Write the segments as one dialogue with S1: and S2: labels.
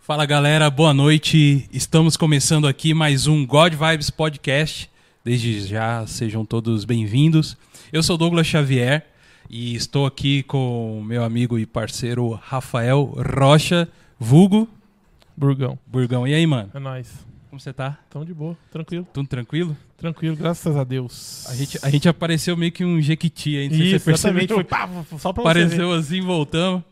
S1: Fala galera, boa noite. Estamos começando aqui mais um God Vibes Podcast. Desde já sejam todos bem-vindos. Eu sou Douglas Xavier e estou aqui com meu amigo e parceiro Rafael Rocha, vulgo
S2: Burgão.
S1: Burgão. E aí, mano?
S2: É nóis.
S1: Como você tá?
S2: Tão de boa, tranquilo.
S1: Tudo tranquilo?
S2: Tranquilo, graças a Deus.
S1: A gente, a gente apareceu meio que um jequiti aí, não sei se
S2: Isso,
S1: você percebeu.
S2: exatamente. Foi pá, só pra você ver.
S1: Apareceu assim, voltamos.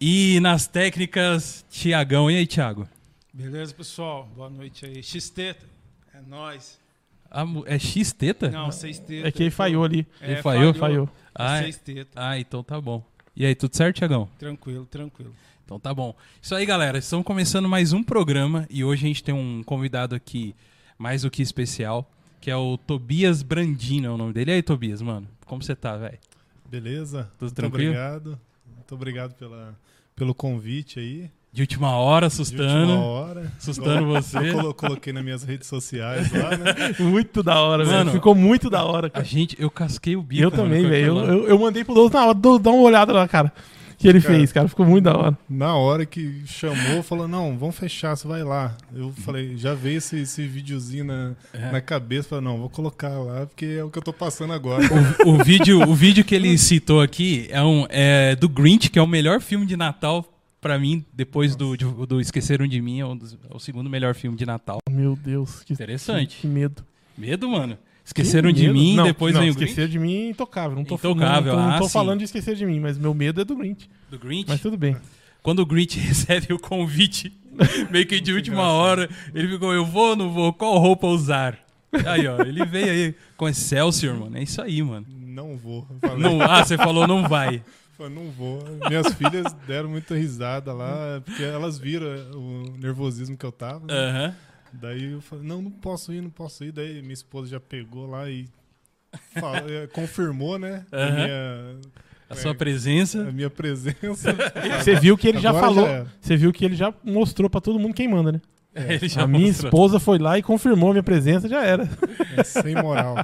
S1: E nas técnicas, Tiagão. E aí, Tiago?
S3: Beleza, pessoal? Boa noite aí. X-Teta, é nóis.
S1: é X teta?
S3: Não, seis teta.
S2: É que ele falhou ali.
S3: É,
S1: Ele falhou?
S2: Falhou.
S3: É
S1: Ah, é-
S3: seis teta.
S1: ah, então tá bom. E aí, tudo certo, Tiagão?
S3: Tranquilo, tranquilo.
S1: Então tá bom. Isso aí, galera. Estamos começando mais um programa e hoje a gente tem um convidado aqui mais do que especial, que é o Tobias Brandino, é o nome dele. E aí, Tobias, mano? Como você tá, velho?
S4: Beleza?
S1: Tudo
S4: Muito
S1: tranquilo?
S4: obrigado. Muito obrigado pela, pelo convite aí.
S1: De última hora,
S4: De
S1: assustando.
S4: última hora. tá
S1: Assustando você.
S4: Eu colo- coloquei nas minhas redes sociais lá, né?
S2: Muito da hora,
S1: Mano,
S2: velho. Ficou muito da hora,
S1: A
S2: cara.
S1: gente, eu casquei o bico.
S2: Eu
S1: mano,
S2: também,
S1: com
S2: velho.
S1: aquela-
S2: Eu, eu, eu mandei pro Douglas na hora. Douglas, dá uma olhada lá, cara. Que ele
S4: Cara.
S2: fez, cara. Ficou muito da hora.
S4: Na hora que chamou, falou, não, vamos fechar, você vai lá. Eu falei, já veio esse, esse videozinho na,
S1: É.
S4: na cabeça, falei, não, vou colocar lá, porque é o que eu tô passando agora.
S1: O, o vídeo, o vídeo que ele citou aqui é, um, é do Grinch, que é o melhor filme de Natal pra mim, depois do, de- do Esqueceram de Mim, é, um dos- é o segundo melhor filme de Natal.
S2: Meu Deus, que,
S1: Interessante.
S2: que medo.
S1: Medo, mano. Esqueceram
S2: Que
S1: de
S2: medo.
S1: mim,
S2: Não,
S1: depois
S2: não,
S1: vem o Grinch.
S2: Esqueceram de mim é intocável. Não tô,
S1: Intocável,
S2: não, tô- não
S1: ah,
S2: tô
S1: sim.
S2: falando de esquecer de mim, mas meu medo é do Grinch.
S1: Do Grinch.
S2: Mas tudo bem.
S1: Quando o Grinch recebe o convite, meio que de última hora, ele ficou, eu vou ou não vou? Qual roupa usar? Aí, ó, ele veio aí com Excelsior, mano. É isso aí, mano.
S4: Não vou. Eu Falei,
S1: Não, ah, você falou não vai.
S4: falei, não vou. Minhas filhas deram muita risada lá, porque elas viram o nervosismo que eu tava. né?
S1: Aham.
S4: Daí eu falei, não, não posso ir, não posso ir. Daí minha esposa já pegou lá e fala- eh, confirmou, né? a,
S1: Aham.
S4: minha,
S1: A sua presença.
S4: a minha presença.
S2: Você viu que ele já
S4: Agora
S2: falou.
S4: já é. era.
S2: Você viu que ele já mostrou pra todo mundo quem manda, né?
S1: Ele já
S2: A minha
S1: mostrou.
S2: esposa foi lá e confirmou a minha presença, já era.
S4: É, sem moral.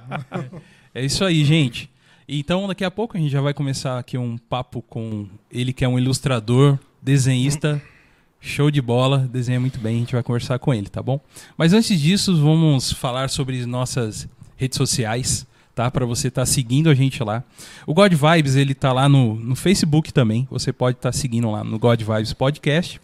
S1: É isso aí, gente. Então, daqui a pouco a gente já vai começar aqui um papo com ele, que é um ilustrador, desenhista, show de bola, desenha muito bem, a gente vai conversar com ele, tá bom? Mas antes disso, vamos falar sobre nossas redes sociais, tá? Para você estar seguindo a gente lá. O God Vibes, ele tá lá no, no Facebook também, você pode estar seguindo lá no God Vibes Podcast.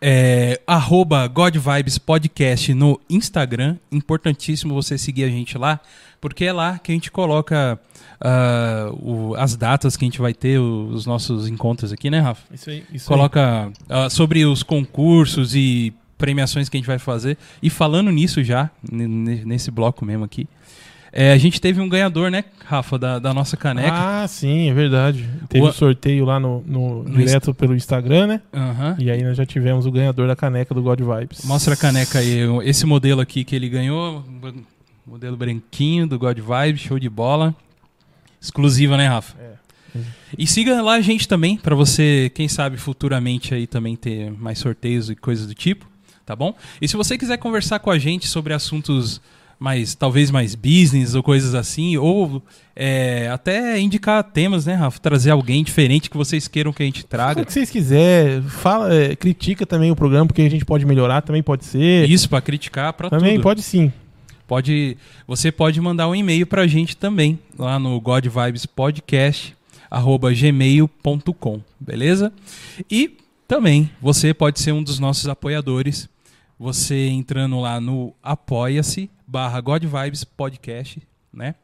S1: É, arroba God Vibes Podcast no Instagram. Importantíssimo você seguir a gente lá, porque é lá que a gente coloca ah, o- as datas que a gente vai ter, os nossos encontros aqui, né, Rafa?
S2: Isso aí, isso
S1: Coloca ah, sobre os concursos e premiações que a gente vai fazer. E falando nisso já, n- n- nesse bloco mesmo aqui, é, a gente teve um ganhador, né, Rafa, da, da nossa caneca.
S2: Ah, sim, é verdade. Teve
S1: O-
S2: um sorteio lá no, no-
S1: No
S2: direto pelo Instagram, né?
S1: Aham.
S2: E aí nós já tivemos o ganhador da caneca do God Vibes.
S1: Mostra a caneca aí. Esse modelo aqui que ele ganhou, um modelo branquinho do God Vibe, show de bola. Exclusiva, né, Rafa?
S2: É.
S1: E siga lá a gente também, pra você, quem sabe, futuramente aí também ter mais sorteios e coisas do tipo, tá bom? E se você quiser conversar com a gente sobre assuntos mais, talvez mais business ou coisas assim, ou é, até indicar temas, né, Rafa? Trazer alguém diferente que vocês queiram que a gente
S2: Fala
S1: traga.
S2: O que vocês quiserem, fala, é, critica também o programa, porque a gente pode melhorar, também pode ser.
S1: Isso, pra criticar, pra
S2: também
S1: tudo.
S2: pode sim.
S1: Pode, você pode mandar um e-mail pra gente também, lá no godvibespodcast@gmail.com, beleza? E também você pode ser um dos nossos apoiadores, você entrando lá no apoia-se barra godvibespodcast, né?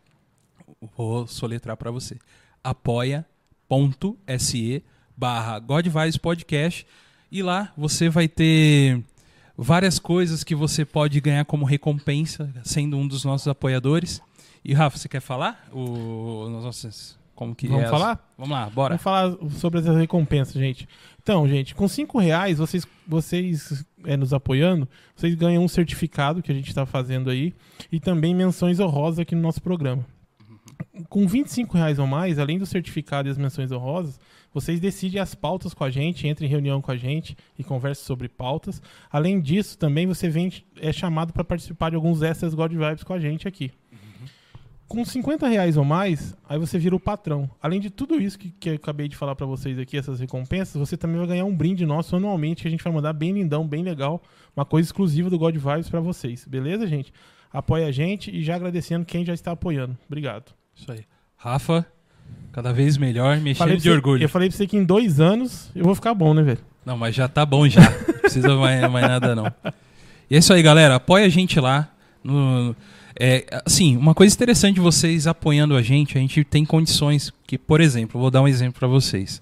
S1: Vou soletrar pra você. apoia.se barra godvibespodcast e lá você vai ter várias coisas que você pode ganhar como recompensa sendo um dos nossos apoiadores. E Rafa, você quer falar? O os nossos como que
S2: Vamos
S1: é?
S2: falar?
S1: Vamos lá, bora.
S2: Vamos falar sobre as recompensas, gente. Então, gente, com cinco reais, vocês, vocês é, nos apoiando, vocês ganham um certificado que a gente está fazendo aí e também menções honrosas aqui no nosso programa. Com 25 reais ou mais, além do certificado e as menções honrosas, vocês decidem as pautas com a gente, entram em reunião com a gente e conversam sobre pautas. Além disso, também você vem, é chamado para participar de alguns extras God Vibes com a gente aqui. Com 50 reais ou mais, aí você vira o patrão. Além de tudo isso que, que eu acabei de falar pra vocês aqui, essas recompensas, você também vai ganhar um brinde nosso anualmente que a gente vai mandar bem lindão, bem legal, uma coisa exclusiva do God Vibes pra vocês. Beleza, gente? Apoia a gente e já agradecendo quem já está apoiando. Obrigado.
S1: Isso aí. Rafa, cada vez melhor, me
S2: Falei
S1: enchendo de
S2: pra você-
S1: orgulho.
S2: Eu falei pra você que em dois anos eu vou ficar bom, né, velho?
S1: Não, mas já tá bom já. Não precisa mais, mais nada, não. E é isso aí, galera. Apoia a gente lá. No, é, assim, uma coisa interessante de vocês apoiando a gente, a gente tem condições que, por exemplo, vou dar um exemplo para vocês.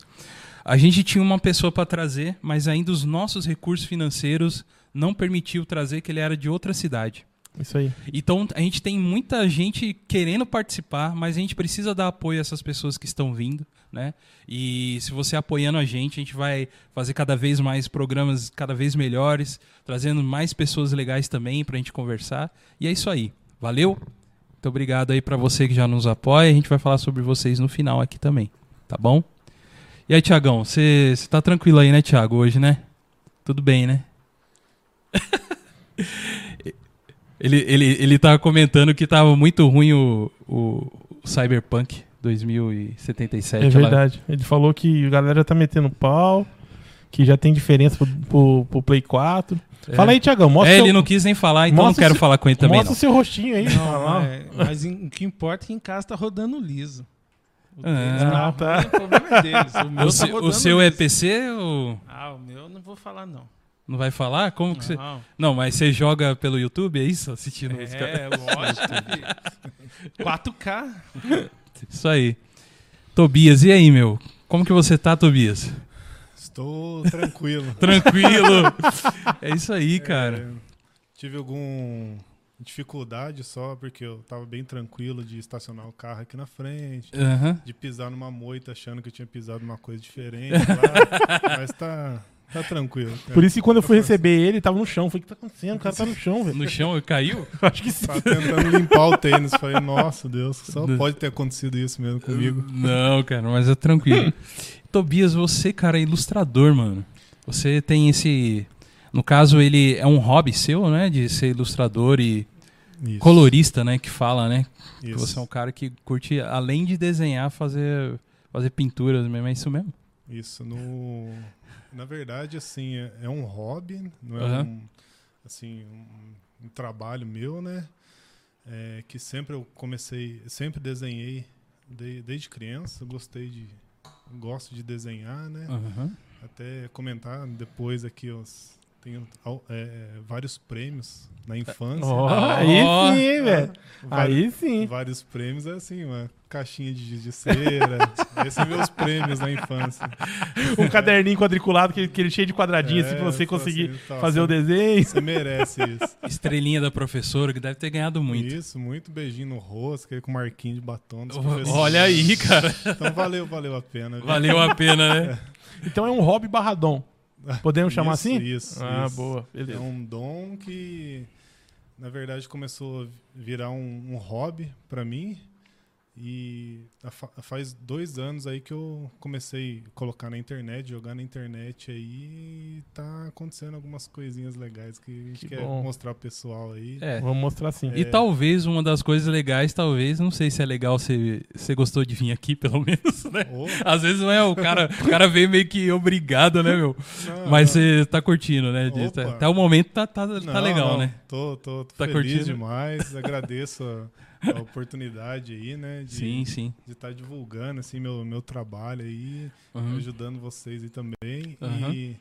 S1: A gente tinha uma pessoa para trazer, mas ainda os nossos recursos financeiros não permitiu trazer que ele era de outra cidade.
S2: Isso aí.
S1: Então a gente tem muita gente querendo participar, mas a gente precisa dar apoio a essas pessoas que estão vindo, né? E se você apoiando a gente, a gente vai fazer cada vez mais programas cada vez melhores, trazendo mais pessoas legais também pra gente conversar. E é isso aí. Valeu? Muito obrigado aí pra você que já nos apoia. A gente vai falar sobre vocês no final aqui também, tá bom? E aí, Tiagão, você você tá tranquilo aí, né, Tiago, hoje, né? Tudo bem, né? Ele, ele, ele tava comentando que tava muito ruim o, o, o Cyberpunk 2077.
S2: É
S1: lá.
S2: verdade. Ele falou que a galera tá metendo pau, que já tem diferença pro, pro- pro Play 4.
S1: É.
S2: Fala aí, Tiagão. Mostra,
S1: É,
S2: seu,
S1: ele não quis nem falar, então não
S2: Mostra
S1: quero
S2: se-
S1: falar com ele também.
S2: mostra o seu rostinho aí.
S5: Tá
S3: Não,
S2: Fala.
S3: é, mas em- o que importa é que em casa tá rodando liso. O
S1: Ah,
S3: deles tá
S2: tá.
S3: ruim, O problema é deles. O
S1: não.
S3: meu
S1: O,
S3: tá
S1: se- o
S3: rodando
S1: seu é
S3: liso.
S1: PC ou
S3: Ah, o meu eu não vou falar, não.
S1: não vai falar? Como que você.
S3: Não.
S1: Não, mas você joga pelo YouTube, é isso? Assistindo os caras.
S3: É, lógico. filho. 4K.
S1: Isso aí. Tobias, e aí, meu? Como que você tá, Tobias?
S4: Estou tranquilo.
S1: Tranquilo. é isso aí, cara.
S4: É, tive algum dificuldade só, porque eu tava bem tranquilo de estacionar o carro aqui na frente,
S1: Aham.
S4: de pisar numa moita achando que eu tinha pisado numa coisa diferente lá. mas tá, tá tranquilo. cara.
S2: É. Por isso que quando eu fui receber ele, tava no chão. Eu Falei, o que tá acontecendo? O cara tá no chão, velho.
S1: No chão caiu?
S2: Acho que sim.
S4: Tava Tá tentando limpar o tênis. Falei, nossa Deus, só pode ter acontecido isso mesmo comigo.
S1: Não, cara, mas é tranquilo. Tobias, você, cara, é ilustrador, mano. Você tem esse. No caso, ele é um hobby seu, né? De ser ilustrador e
S4: Isso,
S1: colorista, né? Que fala, né? Que
S4: isso,
S1: você é um cara que curte, além de desenhar, fazer, fazer pinturas mesmo. É isso mesmo?
S4: isso. No... Na verdade, assim, é, é um hobby, não é
S1: Aham.
S4: um, assim, um, um trabalho meu, né? É, que sempre eu comecei, sempre desenhei de- desde criança, gostei de, gosto de desenhar, né?
S1: Aham.
S4: Até comentar depois aqui, ó, s- tenho al- é, vários prêmios na infância.
S2: Ó,
S1: Ah,
S2: aí
S1: ó.
S2: sim, hein, velho.
S4: Vários-
S2: Aí sim.
S4: Vários prêmios é assim, uma caixinha de giz de cera. Esses meus prêmios na infância.
S2: Um caderninho quadriculado, que, que ele cheio de quadradinho, assim, pra
S4: É,
S2: você
S4: eu falo
S2: conseguir
S4: assim, tá,
S2: fazer o
S4: você-
S2: desenho.
S4: Você merece isso.
S1: Estrelinha da professora, que deve ter ganhado muito.
S4: Isso, muito beijinho no rosto, aquele com marquinho de batom. dos professores.
S1: Olha aí, cara.
S4: Então valeu, valeu a pena. viu?
S1: Valeu a pena, né?
S2: Então é um hobby barradom. Podemos chamar
S4: Isso,
S2: assim?
S4: Isso.
S2: ah,
S4: isso.
S2: boa.
S4: É
S2: Beleza.
S4: um dom que, na verdade, começou a virar um, um hobby pra mim. E a fa- faz dois anos aí que eu comecei a colocar na internet, jogar na internet aí. E tá acontecendo algumas coisinhas legais que a gente
S2: Que
S4: quer
S2: bom.
S4: mostrar pro pessoal aí.
S1: É.
S2: Vamos mostrar assim.
S1: E talvez uma das coisas legais, talvez, não sei se é legal, se você gostou de vir aqui, pelo menos, né?
S4: Ô,
S1: Às vezes não é o cara, o cara veio meio que obrigado, né, meu?
S4: não,
S1: Mas
S4: não.
S1: você tá curtindo, né? disso.
S4: Opa.
S1: Até o momento tá, tá, tá
S4: Não,
S1: legal,
S4: não,
S1: né?
S4: Tô, tô, tô
S1: Tá
S4: feliz
S1: curtindo?
S4: demais. Agradeço a, a oportunidade aí, né? De
S1: Sim, sim.
S4: estar divulgando assim, meu, meu trabalho aí.
S1: Uhum.
S4: ajudando vocês aí também.
S1: Aham.
S4: E,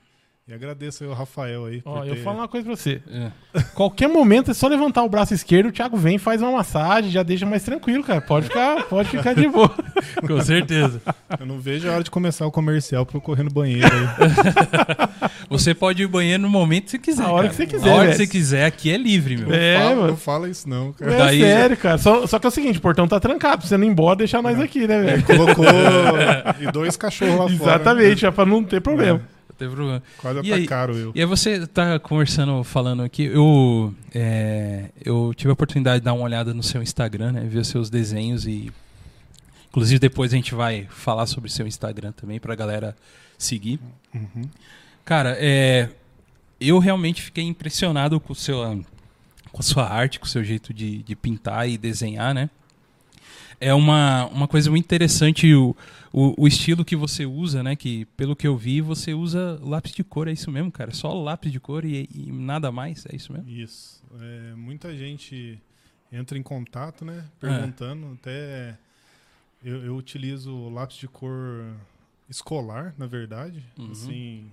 S4: e agradeço aí o Rafael aí.
S2: Ó,
S4: por
S2: eu
S4: ter-
S2: falo uma coisa pra você.
S1: É.
S2: Qualquer momento é só levantar o braço esquerdo, o Thiago vem, faz uma massagem, já deixa mais tranquilo, cara. Pode ficar, pode ficar de boa.
S1: Com certeza.
S4: eu não vejo a hora de começar o comercial pra eu correr no banheiro. aí.
S1: Você pode ir ao banheiro no momento que você quiser.
S2: A hora
S1: cara.
S2: que você quiser,
S1: A hora que
S2: velho.
S1: você quiser, aqui é livre, meu.
S2: É,
S4: Fala-
S2: mano.
S4: Não fala isso não, cara.
S2: É
S1: Daí-
S2: sério, cara. Só, só que é o seguinte, o portão tá trancado, pra você não ir embora deixar nós aqui, né, velho?
S4: É, Colocou e dois cachorros lá fora. né?
S2: Exatamente, já pra não ter problema.
S1: Não tem problema.
S4: Quase
S1: E aí?
S4: atacaram eu.
S1: E aí você tá conversando, falando aqui, eu, é, eu tive a oportunidade de dar uma olhada no seu Instagram, né? Ver os seus desenhos e. Inclusive depois a gente vai falar sobre o seu Instagram também pra galera seguir.
S4: Uhum.
S1: Cara, é, eu realmente fiquei impressionado com, o seu, com a sua arte, com o seu jeito de, de pintar e desenhar, né? é uma, uma coisa muito interessante o, o, o estilo que você usa, né? Que pelo que eu vi, você usa lápis de cor, é isso mesmo, cara? Só lápis de cor e, e nada mais, é isso mesmo?
S4: Isso. É, muita gente entra em contato, né?
S2: É.
S4: Perguntando. Até eu, eu utilizo o lápis de cor escolar, na verdade.
S1: Uhum.
S4: Assim,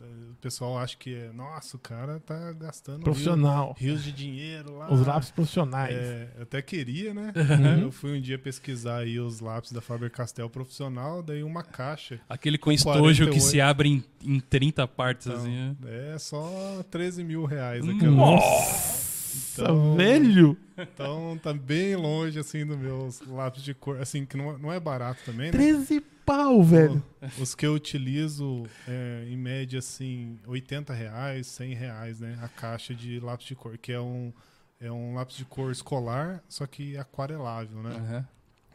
S4: eh, o pessoal acha que é, nossa, o cara tá gastando rios,
S2: Profissional.
S4: rios de dinheiro lá.
S2: Os lápis profissionais.
S4: É, eu até queria, né?
S2: Uhum.
S4: Eu fui um dia pesquisar aí os lápis da Faber-Castell profissional, daí uma caixa.
S1: Aquele com estojo que
S4: 48.
S1: se abre em, em 30 partes,
S4: Então,
S1: assim, né?
S4: é só 13 mil reais
S2: Hum.
S4: aquela.
S2: Nossa,
S4: Então-
S2: velho!
S4: Então tá bem longe, assim, dos meus lápis de cor. Assim, que não, não é barato também, né? Tipo,
S2: 13 pau, velho.
S4: Os que eu utilizo, é, em média, assim, 80 reais, 100 reais, né? A caixa de lápis de cor, que é um, é um lápis de cor escolar, só que aquarelável, né?
S1: Aham.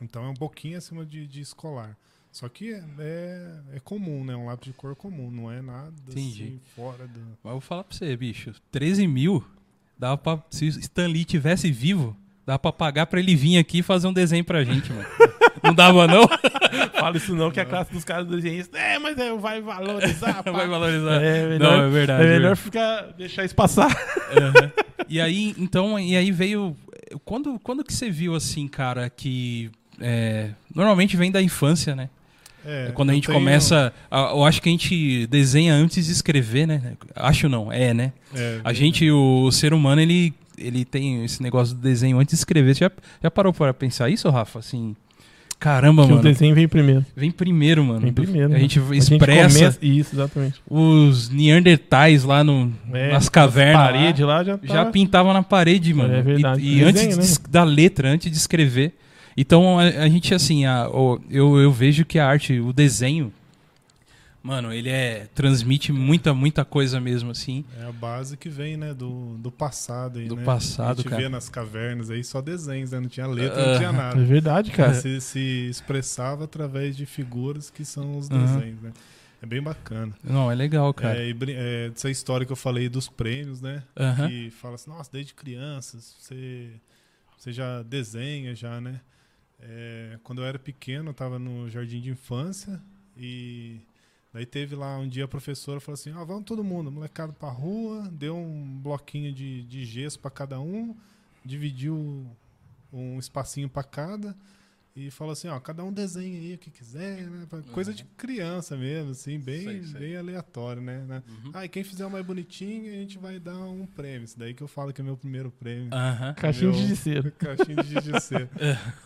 S4: Então é um pouquinho acima de, de escolar. Só que é, é comum, né? Um lápis de cor comum, não é nada
S1: Entendi.
S4: assim, fora do...
S1: Mas eu vou falar pra você, bicho. 13 mil, dava pra, se o Stan Lee tivesse vivo, dava pra pagar pra ele vir aqui e fazer um desenho pra gente, mano. Não dava, não?
S2: Fala isso não, que a classe dos caras do desenhista. É, mas é, vai valorizar. pá."
S1: Vai valorizar.
S2: É melhor,
S1: não, é
S2: é
S1: verdade. é
S2: melhor
S1: verdade.
S2: ficar, deixar isso passar.
S1: E aí, então, e aí veio. Quando, quando que você viu assim, cara, que. é, normalmente vem da infância, né? É quando a
S4: eu
S1: gente
S4: tenho-
S1: começa. a- eu acho que a gente desenha antes de escrever, né? Acho não, é, né?
S4: É,
S1: A gente, o ser humano, ele, ele tem esse negócio do desenho antes de escrever. Você já, já parou para pensar isso, Rafa? Assim. Caramba,
S2: Que o
S1: mano.
S2: desenho vem primeiro.
S1: Vem primeiro, mano.
S2: Vem primeiro.
S1: A gente
S2: né?
S1: expressa
S2: começa- Isso, exatamente.
S1: os Neandertais lá no,
S2: É,
S1: nas cavernas. lá.
S2: parede lá já tá-
S1: Já
S2: tava-
S1: pintava na parede, mano.
S2: É verdade.
S1: E, e
S2: Desenho,
S1: antes
S2: né?
S1: de es- da letra, antes de escrever. Então a, a gente, assim, a- o- eu, eu vejo que a arte, o desenho, mano, ele é. transmite muita, muita coisa mesmo, assim.
S4: É a base que vem, né? Do, do passado aí,
S1: Do
S4: né?
S1: passado,
S4: A gente
S1: cara. Ah,
S4: vê nas cavernas aí só desenhos, né? Não tinha letra, não tinha
S2: É
S4: nada.
S2: verdade, cara.
S4: Se, se expressava através de figuras que são os
S1: Aham.
S4: desenhos, né? É bem bacana.
S1: Não, é legal, cara.
S4: É, e brin- é, essa história que eu falei dos prêmios, né?
S2: É.
S1: Aham.
S4: que fala assim, nossa, desde criança você, você já desenha já, né? É, quando eu era pequeno, eu tava no jardim de infância e daí teve lá um dia a professora falou assim, ah, vamos todo mundo, molecada pra rua, deu um bloquinho de, de gesso para cada um, dividiu um espacinho para cada e falou assim, ó, cada um desenha aí o que quiser, né? Pra- Coisa de criança mesmo, assim, bem,
S1: Sei, sei.
S4: bem aleatório, né? né?
S1: Uhum.
S4: Ah, e quem fizer o mais bonitinho, a gente vai dar um prêmio. Isso daí que eu falo que é meu primeiro prêmio.
S1: Aham.
S2: Caixinha
S4: Meu-
S2: de giseiro.
S4: Caixinha de giz de cera.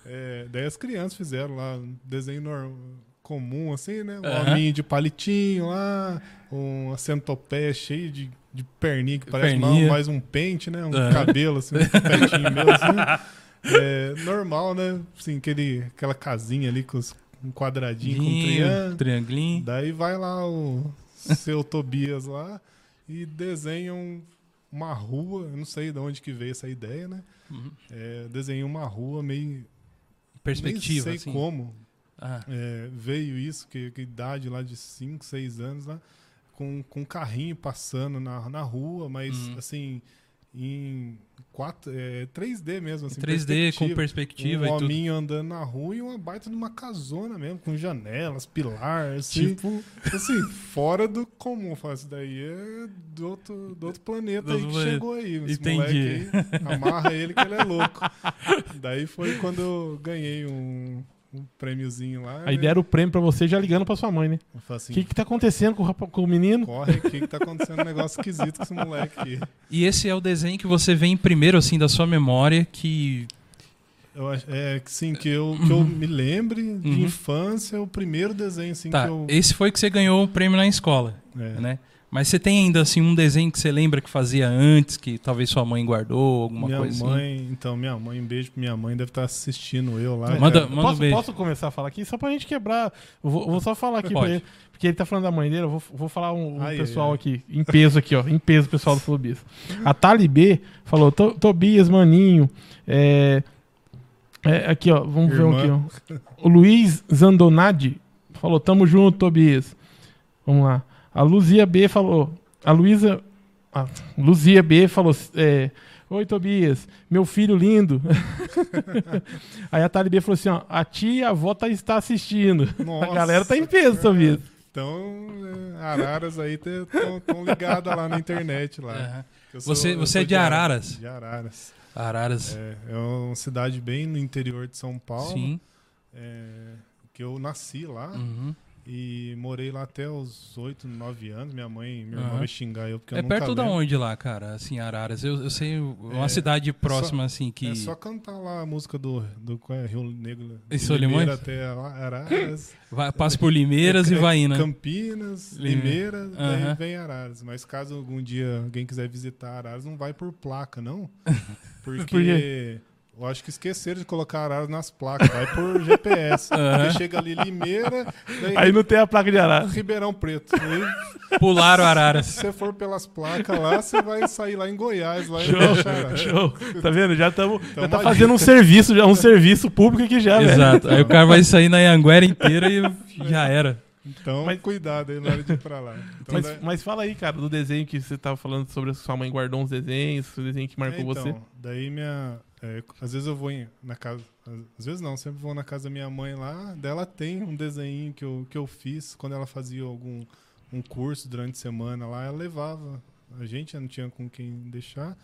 S4: É, daí as crianças fizeram lá um desenho norm- comum, assim, né? Um
S1: Aham.
S4: hominho de palitinho lá, uma centopeia cheia de, de perninha, que parece
S1: Perninha.
S4: ma- mais um pente, né? Um
S1: Aham.
S4: cabelo, assim, um pentinho meu, assim. É, normal, né? Assim, aquele, aquela casinha ali com os- um quadradinho, com um
S1: Triângulo,
S4: triângulo.
S1: Triangulinho.
S4: Daí vai lá o seu Tobias lá e desenha um- uma rua, eu não sei de onde que veio essa ideia, né?
S1: Uhum.
S4: É, desenha uma rua meio...
S1: Perspectiva,
S4: Nem sei
S1: assim.
S4: como
S1: Ah,
S4: é, veio isso, que, que idade lá de 5, 6 anos lá, com, com um carrinho passando na, na rua, mas
S1: Uhum.
S4: assim, em quatro, é, 3D mesmo. Assim,
S1: 3D com
S4: perspectiva.
S1: perspectiva
S4: um
S1: e tudo.
S4: hominho andando na rua e uma baita de uma casona mesmo, com janelas, pilares, assim,
S1: Tipo,
S4: Assim, fora do comum, fala, isso daí é do outro, do outro planeta
S1: Do
S4: aí
S1: outro
S4: que
S1: planeta.
S4: chegou aí. Esse
S1: Entendi.
S4: moleque aí, amarra ele que ele é louco. daí foi quando eu ganhei um, um prêmiozinho lá.
S2: Aí
S4: né?
S2: deram o prêmio pra você já ligando pra sua mãe, né?
S4: Eu falei assim,
S2: O que que tá acontecendo com o, rapa- com o menino?
S4: corre aqui que tá acontecendo um negócio esquisito com esse moleque aqui.
S1: e esse é o desenho que você vê em primeiro, assim, da sua memória, que.
S4: Eu, acho- é, que sim, que eu, que eu me lembre de
S1: Uhum.
S4: infância, o primeiro desenho assim
S1: Tá,
S4: que eu...
S1: esse foi que você ganhou o prêmio na escola,
S4: É.
S1: né? Mas você tem ainda, assim, um desenho que você lembra que fazia antes, que talvez sua mãe guardou, alguma
S4: minha
S1: coisa assim?
S4: mãe, então, minha mãe, um beijo pra minha mãe, deve estar assistindo eu lá. né?
S1: Manda-
S4: cara.
S1: manda um
S2: posso,
S1: beijo.
S2: posso começar a falar aqui? Só pra gente quebrar. Eu vou, eu vou só falar aqui pra
S1: Pode.
S2: ele. Porque ele tá falando da mãe dele, eu vou, vou falar um, um
S4: Ai,
S2: pessoal
S4: ai, ai.
S2: aqui, em peso aqui, ó. Em peso, pessoal do Flobis. A Thali B falou, "To- Tobias, maninho, é, é, aqui, ó, vamos
S4: Irmã.
S2: ver um aqui, ó. O Luiz Zandonadi falou, tamo junto, Tobias. Vamos lá. A Luzia B falou, a Luísa, a Luzia B falou, é, Oi, Tobias, meu filho lindo. Aí a Thalibia falou assim: ó, a tia e a avó tá, está assistindo.
S4: Nossa,
S2: a galera tá em peso, Tobias.
S4: Então, é, araras aí estão ligadas lá na internet. Lá.
S1: Aham.
S4: Eu
S1: É. Você-
S4: eu
S1: você é de
S4: Ara-
S1: Araras?
S4: De Araras.
S1: Araras.
S4: É, é uma cidade bem no interior de São Paulo.
S1: Sim.
S4: é, que eu nasci lá
S1: Uhum.
S4: e morei lá até os 8, 9 anos. Minha mãe e meu irmão
S1: Aham.
S4: vai xingar eu porque
S1: É
S4: eu nunca
S1: perto da
S4: lembro.
S1: onde lá, cara? Assim, Araras. Eu, eu sei uma
S4: É,
S1: cidade próxima, assim, que.
S4: É só cantar lá a música do, do qual é, Rio Negro.
S1: E
S4: de
S1: Solimões?
S4: Limeira até Araras.
S1: vai- passa por
S4: é
S1: Limeiras e vai indo. né?
S4: Campinas,
S1: Limeira.
S4: Limeira,
S1: Aham.
S4: daí vem Araras. Mas caso algum dia alguém quiser visitar Araras, não vai por placa, não.
S2: Por
S4: Porque eu acho que esqueceram de colocar Araras nas placas. Vai por GPS.
S1: Aham.
S4: Porque chega ali Limeira, daí
S2: Aí não tem a placa de arara.
S4: Ribeirão Preto. Aí,
S1: Pularam Araras.
S4: se você for pelas placas lá, você vai sair lá em Goiás, lá em
S2: Show,
S4: Araras. Então,
S2: show. Tá vendo? Já estamos. Já
S4: Tamo
S2: tá
S4: aí.
S2: fazendo um serviço, já um serviço público aqui
S4: É
S2: já, né? velho.
S1: Exato. Aí o cara vai sair na Ianguera inteira e já era.
S4: Então,
S2: Mas-
S4: cuidado aí na hora de ir pra lá. Então,
S2: Mas,
S4: daí-
S2: mas fala aí, cara, do desenho que você tava falando sobre a sua mãe guardou uns desenhos, o desenho que marcou
S4: É,
S2: você.
S4: Daí minha. é, às vezes eu vou em- na casa. Às vezes não, sempre vou na casa da minha mãe lá. Dela tem um desenho que eu, que eu fiz quando ela fazia algum um curso durante a semana lá, ela levava. A gente não tinha com quem deixar.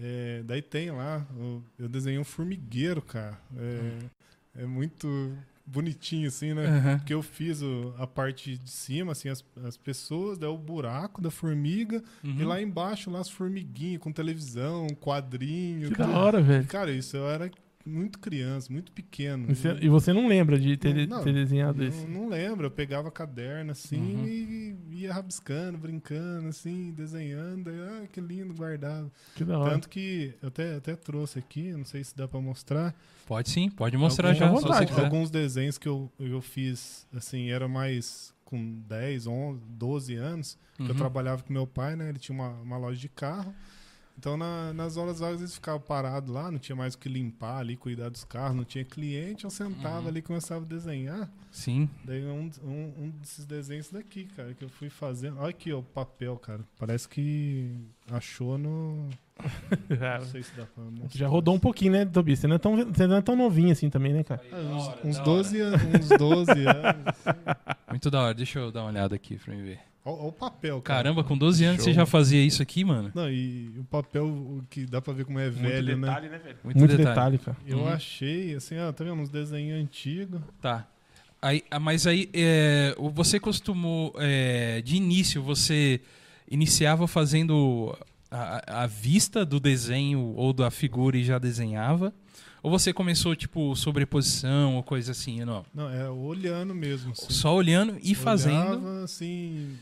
S4: É, daí tem lá, eu, eu desenhei um formigueiro, cara. É, é muito bonitinho, assim, né?
S2: É.
S1: Aham.
S4: Porque eu fiz o- a parte de cima, assim, as, as pessoas, daí o buraco da formiga, e
S1: Uhum.
S2: Uhum.
S4: lá embaixo, lá as formiguinhas com televisão, um quadrinho.
S2: Que da
S4: tudo.
S2: hora, velho.
S4: Cara, isso eu era muito criança, muito pequeno.
S2: E você- é- E você não lembra de ter,
S4: Então, É, Não,
S2: ter desenhado
S4: Eu
S2: isso?
S4: não lembro, eu pegava caderno assim
S1: Uhum.
S4: e ia rabiscando, brincando, assim, desenhando. Aí, ah, que lindo, guardava.
S2: Que da hora.
S4: Tanto que eu até, até trouxe aqui, não sei se dá pra mostrar.
S1: Pode sim, pode mostrar
S4: Algum-
S1: já,
S2: Fica à
S1: se você
S2: vontade,
S1: quiser.
S4: Alguns desenhos que eu, eu fiz, assim, era mais com 10, 11, 12 anos. que Eu
S1: Uhum.
S4: trabalhava com meu pai, né? Ele tinha uma, uma loja de carro. Então, na- nas horas vagas, eles ficavam parados lá, não tinha mais o que limpar ali, cuidar dos carros, não tinha cliente. Eu sentava
S1: Uhum.
S4: ali e começava a desenhar.
S1: Sim.
S4: Daí, um, um, um desses desenhos daqui, cara, que eu fui fazendo. Olha aqui, ó, o papel, cara. Parece que achou no.
S2: Cara,
S4: Não sei se dá pra mostrar.
S2: já rodou um pouquinho, né, Tobias? Você não é tão, você não é tão novinho assim também, né, cara?
S4: Ah, uns, uns 12 anos. Uns 12 anos.
S1: Muito da hora, deixa eu dar uma olhada aqui pra mim ver.
S4: Olha o papel, cara.
S1: Caramba, com 12 anos
S2: Show.
S1: você já fazia isso aqui, mano?
S4: Não, e o papel o que dá pra ver como é velho, né?
S2: velho?
S1: Muito,
S2: Muito,
S1: detalhe.
S2: detalhe. cara.
S4: Eu
S1: Uhum.
S4: achei, assim, ó, tá vendo? Uns desenhos antigos.
S1: Tá. Aí, ah, mas aí, é, o- você costumou, é, de início, você iniciava fazendo a, a- a vista do desenho ou da figura e já desenhava? Ou você começou, tipo, sobreposição ou coisa assim, não?
S4: Não, é olhando mesmo. Assim.
S1: Só olhando e fazendo.
S4: Olhava, assim,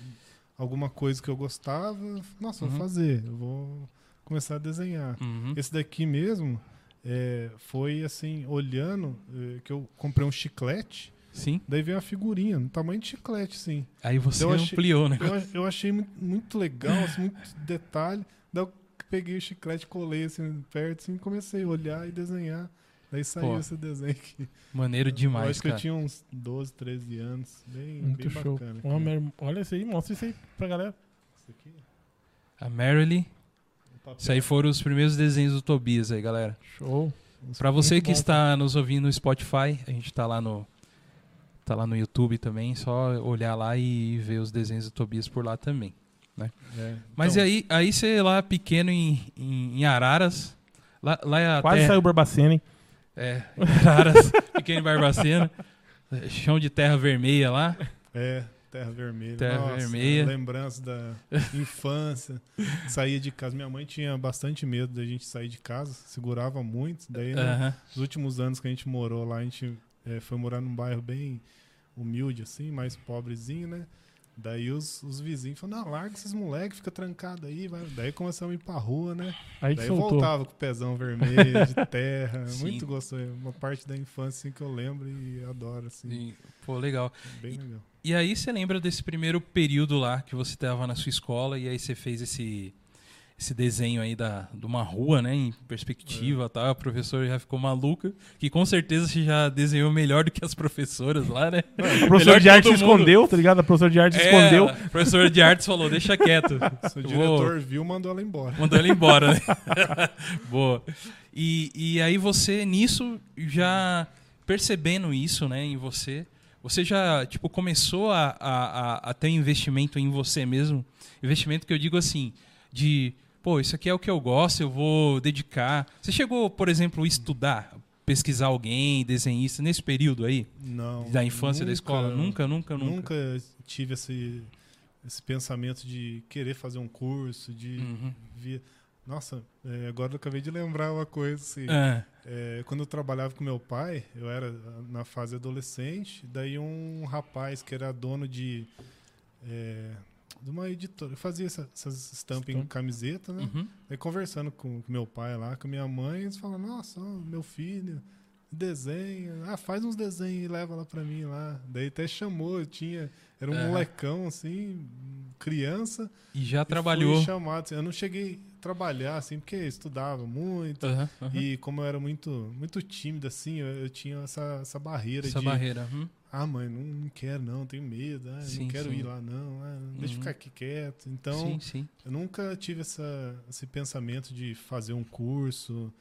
S4: alguma coisa que eu gostava. Nossa,
S1: Uhum.
S4: vou fazer. Eu vou começar a desenhar.
S1: Uhum.
S4: Esse daqui mesmo é, foi, assim, olhando, é, que eu comprei um chiclete.
S1: Sim.
S4: Daí veio uma figurinha, no tamanho de chiclete, assim.
S1: Aí você
S4: Eu achei-
S1: ampliou, né?
S4: Eu, a- eu achei mu- muito legal, assim, muito detalhe. Daí eu peguei o chiclete, colei assim perto, assim, comecei a olhar e desenhar. Daí saiu
S1: Pô,
S4: esse desenho aqui.
S1: Maneiro
S4: eu
S1: demais,
S4: acho que eu
S1: cara.
S4: tinha uns 12, 13 anos. Bem,
S2: Muito
S4: bem
S2: show.
S4: bacana.
S2: Ó,
S4: cara.
S2: meu- Olha isso aí, mostra isso aí pra galera.
S4: Isso aqui,
S1: A Merrily.
S4: o papel.
S1: Isso aí foram os primeiros desenhos do Tobias aí, galera.
S2: Show.
S4: Uns-
S1: Pra você
S2: Muito
S1: que
S2: bom,
S1: está nos ouvindo no Spotify, a gente tá lá no tá lá no YouTube também, só olhar lá e ver os desenhos do Tobias por lá também.
S4: é,
S1: Mas
S4: então,
S1: e aí, aí você lá pequeno em, em, em Araras, lá, lá é a
S2: Quase
S1: terra-
S2: saiu Barbacena, hein?
S1: é, em Araras, pequeno em Barbacena, é, chão de terra vermelha lá.
S4: É, Terra Vermelha.
S1: Terra
S4: Nossa,
S1: Vermelha.
S4: Lembrança da infância. Saía de casa. Minha mãe tinha bastante medo da gente sair de casa, segurava muito. Daí, né,
S1: Aham.
S4: Nos últimos anos que a gente morou lá, a gente eh, foi morar num bairro bem humilde, assim, mais pobrezinho, né? Daí os, os vizinhos falaram, não, larga esses moleques, fica trancado aí. Vai. Daí começamos a ir pra rua, né?
S2: Aí que
S4: Daí
S2: soltou.
S4: voltava com o pezão vermelho, de terra.
S1: Sim.
S4: Muito gostoso. É Uma parte da infância assim, que eu lembro e adoro, assim.
S1: E, Pô, legal.
S4: Bem legal.
S1: E aí você lembra desse primeiro período lá que você estava na sua escola e aí você fez esse esse desenho aí da, de uma rua, né, em perspectiva, tá? A professora já ficou maluca, que com certeza você já desenhou melhor do que as professoras lá, né?
S2: A professora
S1: Melhor
S2: de arte se
S1: todo mundo.
S2: escondeu, tá ligado? A professora de arte se
S1: É,
S2: escondeu.
S1: A professora de artes falou, deixa quieto.
S4: Se o
S1: Vou-
S4: diretor viu, mandou ela embora.
S1: Mandou ele embora, né? Boa. E, e aí você, nisso, já percebendo isso, né, em você, você já, tipo, começou a, a, a- a ter um investimento em você mesmo? Investimento que eu digo assim, de, pô, isso aqui é o que eu gosto, eu vou dedicar. Você chegou, por exemplo, a estudar, pesquisar alguém, desenhista, nesse período aí?
S4: Não.
S1: Da infância, da escola? Nunca, nunca, nunca.
S4: Nunca tive esse, esse pensamento de querer fazer um curso, de
S1: Uhum.
S4: vir. Nossa, é, agora eu acabei de lembrar uma coisa assim.
S1: Ah,
S4: É, quando eu trabalhava com meu pai, eu era na fase adolescente, daí um rapaz que era dono de, é, de uma editora, eu fazia essa- essas estampas em
S2: Estampa.
S4: camiseta, né?
S1: uhum.
S4: Daí conversando com, com meu pai lá, com minha mãe, eles falam, nossa, ó, meu filho, desenha, ah, faz uns desenhos e leva lá pra mim lá. Daí até chamou, eu tinha, era um
S1: Aham.
S4: molecão assim, criança.
S1: E já
S4: e
S1: trabalhou.
S4: Fui chamado, assim, eu não cheguei a trabalhar assim, porque eu estudava muito,
S1: Aham, aham.
S4: e como eu era muito, muito tímido, assim, eu, eu tinha essa, essa barreira
S1: Essa
S4: de.
S1: barreira. uhum.
S4: Ah, mãe, não, não quero, não, tenho medo, ah,
S1: Sim,
S4: não quero
S1: sim.
S4: ir lá, não, ah, deixa eu
S1: Uhum.
S4: ficar aqui quieto. Então,
S1: sim, sim.
S4: eu nunca tive essa, esse pensamento de fazer um curso,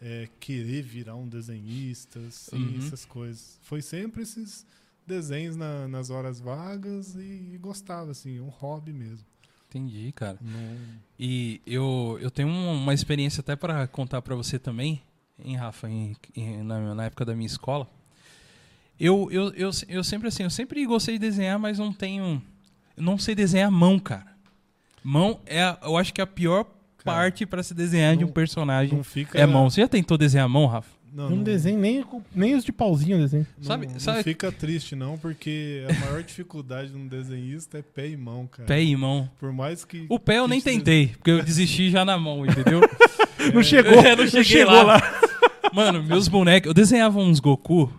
S4: é, querer virar um desenhista, assim,
S1: Uhum.
S4: essas coisas. Foi sempre esses desenhos na- nas horas vagas e, gostava, assim, um hobby mesmo.
S1: Entendi, cara.
S4: Não-
S1: E eu, eu tenho um- uma experiência até pra contar pra você também, hein, Rafa, em, em- na, na época da minha escola. Eu, eu, eu, se- eu sempre assim, eu sempre gostei de desenhar, mas não tenho. eu não sei desenhar mão, cara. Mão é, a- eu acho que é a pior parte pra se desenhar de
S4: não-
S1: um personagem.
S4: não fica.
S1: é mão. Você já tentou desenhar mão, Rafa?
S4: Não,
S2: Eu não Um desenho nem, nem os de pauzinho eu desenho.
S4: Não,
S1: Sabe-
S4: não
S1: sabe-
S4: fica triste, não, porque a maior dificuldade de um desenhista é pé e mão, cara.
S1: Pé e mão.
S4: Por mais que.
S1: O pé eu nem tentei, porque eu desisti já na mão, entendeu?
S2: Não chegou,
S1: É,
S2: não chegou lá.
S1: Mano, meus bonecos. Eu desenhava uns Goku.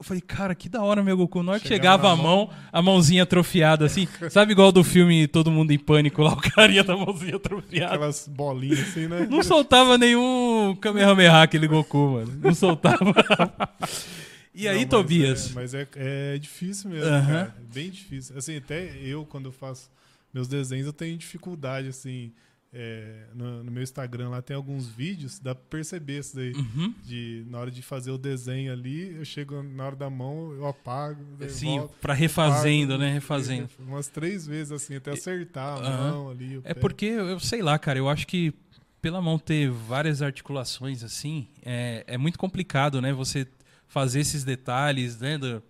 S1: Eu falei, cara, que da hora meu Goku. Na hora que
S4: Chegava
S1: chegava a
S4: na
S1: mão, a mãozinha atrofiada, assim. Sabe igual do filme Todo Mundo em Pânico lá, o carinha da mãozinha atrofiada.
S4: Aquelas bolinhas assim, né?
S1: Não soltava nenhum Kamehameha aquele Goku, mano. Não soltava. E
S4: Não,
S1: aí,
S4: mas
S1: Tobias?
S4: é- mas é, é difícil mesmo,
S1: Aham.
S4: cara. É Bem difícil. Assim, até eu, quando eu faço meus desenhos, eu tenho dificuldade, assim. é, no, no meu Instagram lá tem alguns vídeos, dá pra perceber isso daí.
S1: Uhum.
S4: De, na hora de fazer o desenho ali, eu chego na hora da mão, eu apago. daí
S1: Assim,
S4: volto,
S1: pra refazendo,
S4: apago,
S1: né? Refazendo.
S4: Umas três vezes, assim, até acertar a
S1: Aham.
S4: mão ali. o
S1: É
S4: pé.
S1: porque, eu eu sei lá, cara, eu acho que pela mão ter várias articulações assim, é, é muito complicado, né? Você fazer esses detalhes, né? do-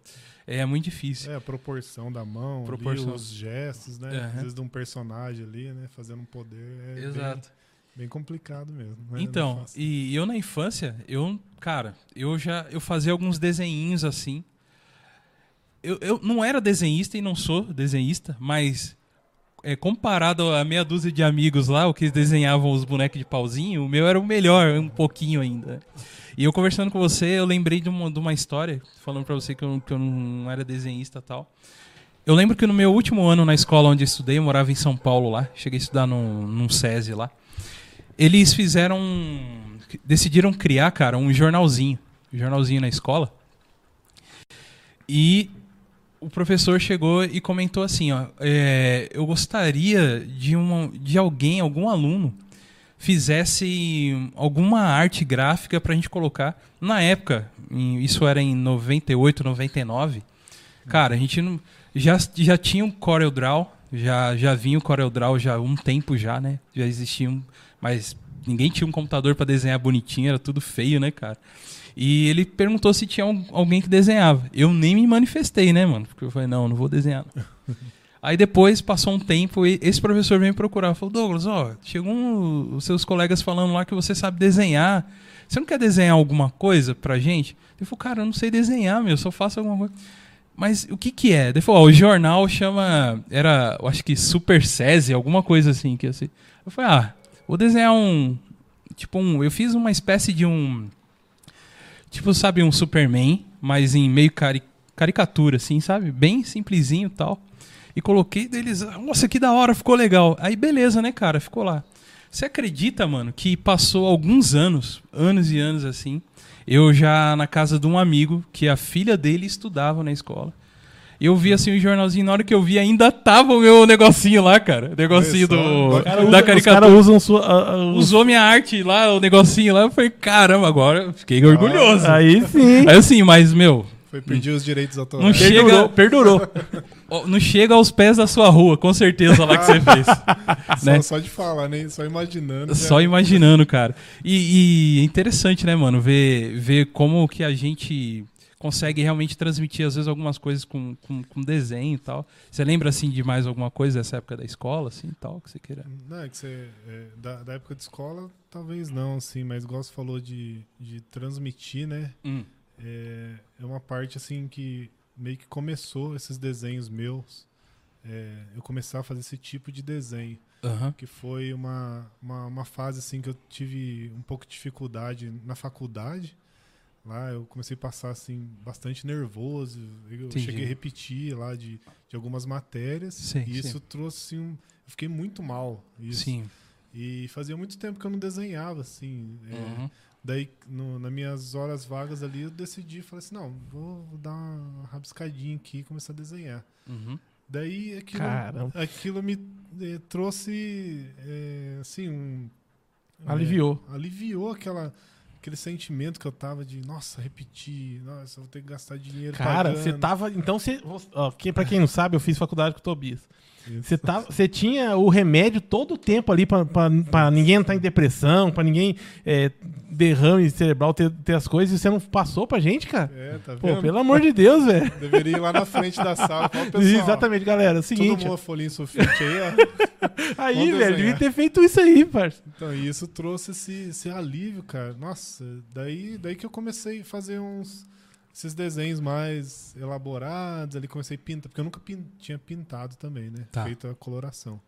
S1: é muito difícil.
S4: É, a proporção da mão, ali,
S1: Proporção.
S4: os gestos, né?
S1: Aham.
S4: Às vezes de um personagem ali, né? Fazendo um poder. É bem-
S1: Exato.
S4: Bem, complicado mesmo. né? Não é
S1: então,
S4: fácil.
S1: e eu na infância, eu, cara, eu já eu fazia alguns desenhinhos assim. Eu, eu não era desenhista e não sou desenhista, mas é, comparado a meia dúzia de amigos lá, o que desenhavam os bonecos de pauzinho, o meu era o melhor, um pouquinho ainda. E eu conversando com você, eu lembrei de uma, de uma história, falando pra você que eu, que eu não era desenhista e tal. Eu lembro que no meu último ano na escola onde eu estudei, eu morava em São Paulo lá, cheguei a estudar num, num SESI lá. Eles fizeram. um- decidiram criar, cara, um jornalzinho. Um jornalzinho na escola. E o professor chegou e comentou assim: ó, é, eu gostaria de, uma, de alguém, algum aluno, fizesse alguma arte gráfica pra gente colocar. Na época, em- isso era em 98, 99. Cara, a gente não, já, já tinha o Corel Draw, já, já vinha o Corel Draw já há um tempo já, né? Já existia, um, mas ninguém tinha um computador pra desenhar bonitinho, era tudo feio, né, cara? E ele perguntou se tinha al- alguém que desenhava. Eu nem me manifestei, né, mano? Porque eu falei, não, não vou desenhar. não. Aí depois passou um tempo e esse professor veio me procurar. Falou, Douglas, ó, chegou um- os seus colegas falando lá que você sabe desenhar. Você não quer desenhar alguma coisa pra gente? Eu falei, cara, eu não sei desenhar, meu, eu só faço alguma coisa. Mas o que que é? Ele falou, ó, o jornal chama, era, eu acho que Super SESI, alguma coisa assim. que assim. Eu falei, ah, vou desenhar um, tipo um, eu fiz uma espécie de um, tipo, sabe, um Superman, mas em meio cari caricatura, assim, sabe? Bem simplesinho e tal. E coloquei deles, nossa, que da hora, ficou legal. Aí beleza, né, cara, ficou lá. Você acredita, mano, que passou alguns anos, anos e anos assim, eu já na casa de um amigo, que a filha dele estudava na escola. Eu vi assim o jornalzinho, na hora que eu vi ainda tava o meu negocinho lá, cara. O negocinho
S4: Olha só.
S1: do,
S4: O
S1: da
S4: cara
S2: Os
S1: caricatura.
S2: caras usam sua. a- a- os-
S1: Usou minha arte lá, o negocinho lá. Eu falei, caramba, agora eu fiquei
S2: Ah.
S1: orgulhoso.
S2: Aí sim.
S1: Aí assim, mas meu,
S4: Foi pedir os direitos
S1: não
S4: autorais.
S1: chega,
S2: Perdurou, perdurou.
S1: ó, não chega aos pés da sua rua, com certeza lá que você fez.
S4: só,
S1: né?
S4: só de falar, né? Só imaginando.
S1: Só
S4: né?
S1: imaginando, cara. E, e é interessante, né, mano, ver, ver como que a gente consegue realmente transmitir, às vezes, algumas coisas com, com, com desenho e tal. Você lembra, assim, de mais alguma coisa dessa época da escola, assim, e tal, que você queira?
S4: Não, é que você, é, da, da época de escola, talvez não, assim, mas igual você falou de, de transmitir, né? É, é uma parte, assim, que meio que começou esses desenhos meus. É, eu começar a fazer esse tipo de desenho.
S1: Aham.
S4: que foi uma, uma, uma fase assim que eu tive um pouco de dificuldade na faculdade. Lá eu comecei a passar assim bastante nervoso. Eu
S1: Entendi.
S4: cheguei a repetir lá de, de algumas matérias
S1: Sim,
S4: e
S1: sim.
S4: isso trouxe assim, um, eu fiquei muito mal. Isso.
S1: Sim.
S4: E fazia muito tempo que eu não desenhava assim. É,
S1: Uhum.
S4: Daí no, nas minhas horas vagas ali eu decidi, falei assim, não, vou, vou dar uma rabiscadinha aqui e começar a desenhar.
S1: Uhum.
S4: Daí aquilo,
S2: Caramba.
S4: aquilo me eh, trouxe eh, assim um
S2: Aliviou.
S4: eh, aliviou aquela aquele sentimento que eu tava de nossa repetir nossa vou ter que gastar dinheiro
S2: Cara,
S4: pagando.
S2: você tava. Então você. Ó, que- pra quem não sabe, eu fiz faculdade com o Tobias.
S4: Isso.
S2: Você tava- você tinha o remédio todo o tempo ali pra, pra, pra ninguém entrar em depressão, pra ninguém é, derrame cerebral ter, ter as coisas e você não passou pra gente, cara?
S4: é tá
S2: Pô,
S4: vendo
S2: pelo amor de Deus, velho.
S4: deveria ir lá na frente da sala falar, pessoal
S2: Exatamente, galera. É o
S4: todo
S2: seguinte,
S4: mundo a folhinha sulfite aí ó.
S2: ó, aí,
S4: vamos
S2: velho,
S4: desenhar.
S2: devia ter feito isso aí, parça.
S4: então e isso trouxe esse, esse alívio cara nossa daí daí que eu comecei a fazer uns esses desenhos mais elaborados, ali comecei a pintar, porque eu nunca pin- tinha pintado também, né?
S1: Tá.
S4: Feito a coloração.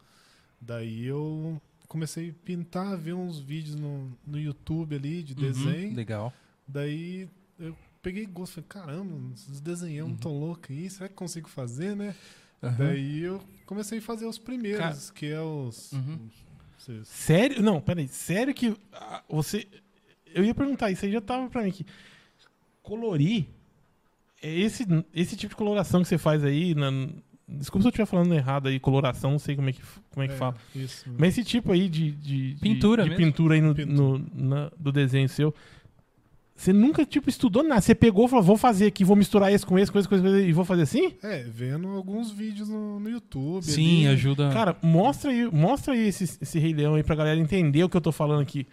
S4: Daí eu comecei a pintar, ver uns vídeos no, no YouTube ali de desenho.
S1: Uhum. Legal.
S4: Daí eu peguei gosto, falei, caramba, esses desenhamos tão loucos aí, será que consigo fazer, né?
S1: Uhum. Aham.
S4: Daí eu comecei a fazer os primeiros, que é os.
S1: Uhum.
S4: os- os-
S2: Sério? Não, peraí. Sério que ah, você. Eu ia perguntar isso aí, já tava pra mim aqui. Colorir. É esse, esse tipo de coloração que você faz aí. na- Desculpa se eu estiver falando errado aí, coloração, não sei como é que, como é que fala.
S4: Isso.
S2: Mas esse tipo aí de. de- de-
S1: Pintura
S2: de,
S1: mesmo.
S2: pintura aí no,
S4: Pintura.
S2: no- na- do desenho seu. Você nunca, tipo, estudou nada. Você pegou e falou, vou fazer aqui, vou misturar esse com esse, com esse, com esse, com esse, e vou fazer assim?
S4: É, vendo alguns vídeos no, no YouTube.
S1: Sim,
S4: ali.
S1: ajuda.
S2: Cara, mostra aí, mostra aí esse, esse Rei Leão aí pra galera entender o que eu tô falando aqui.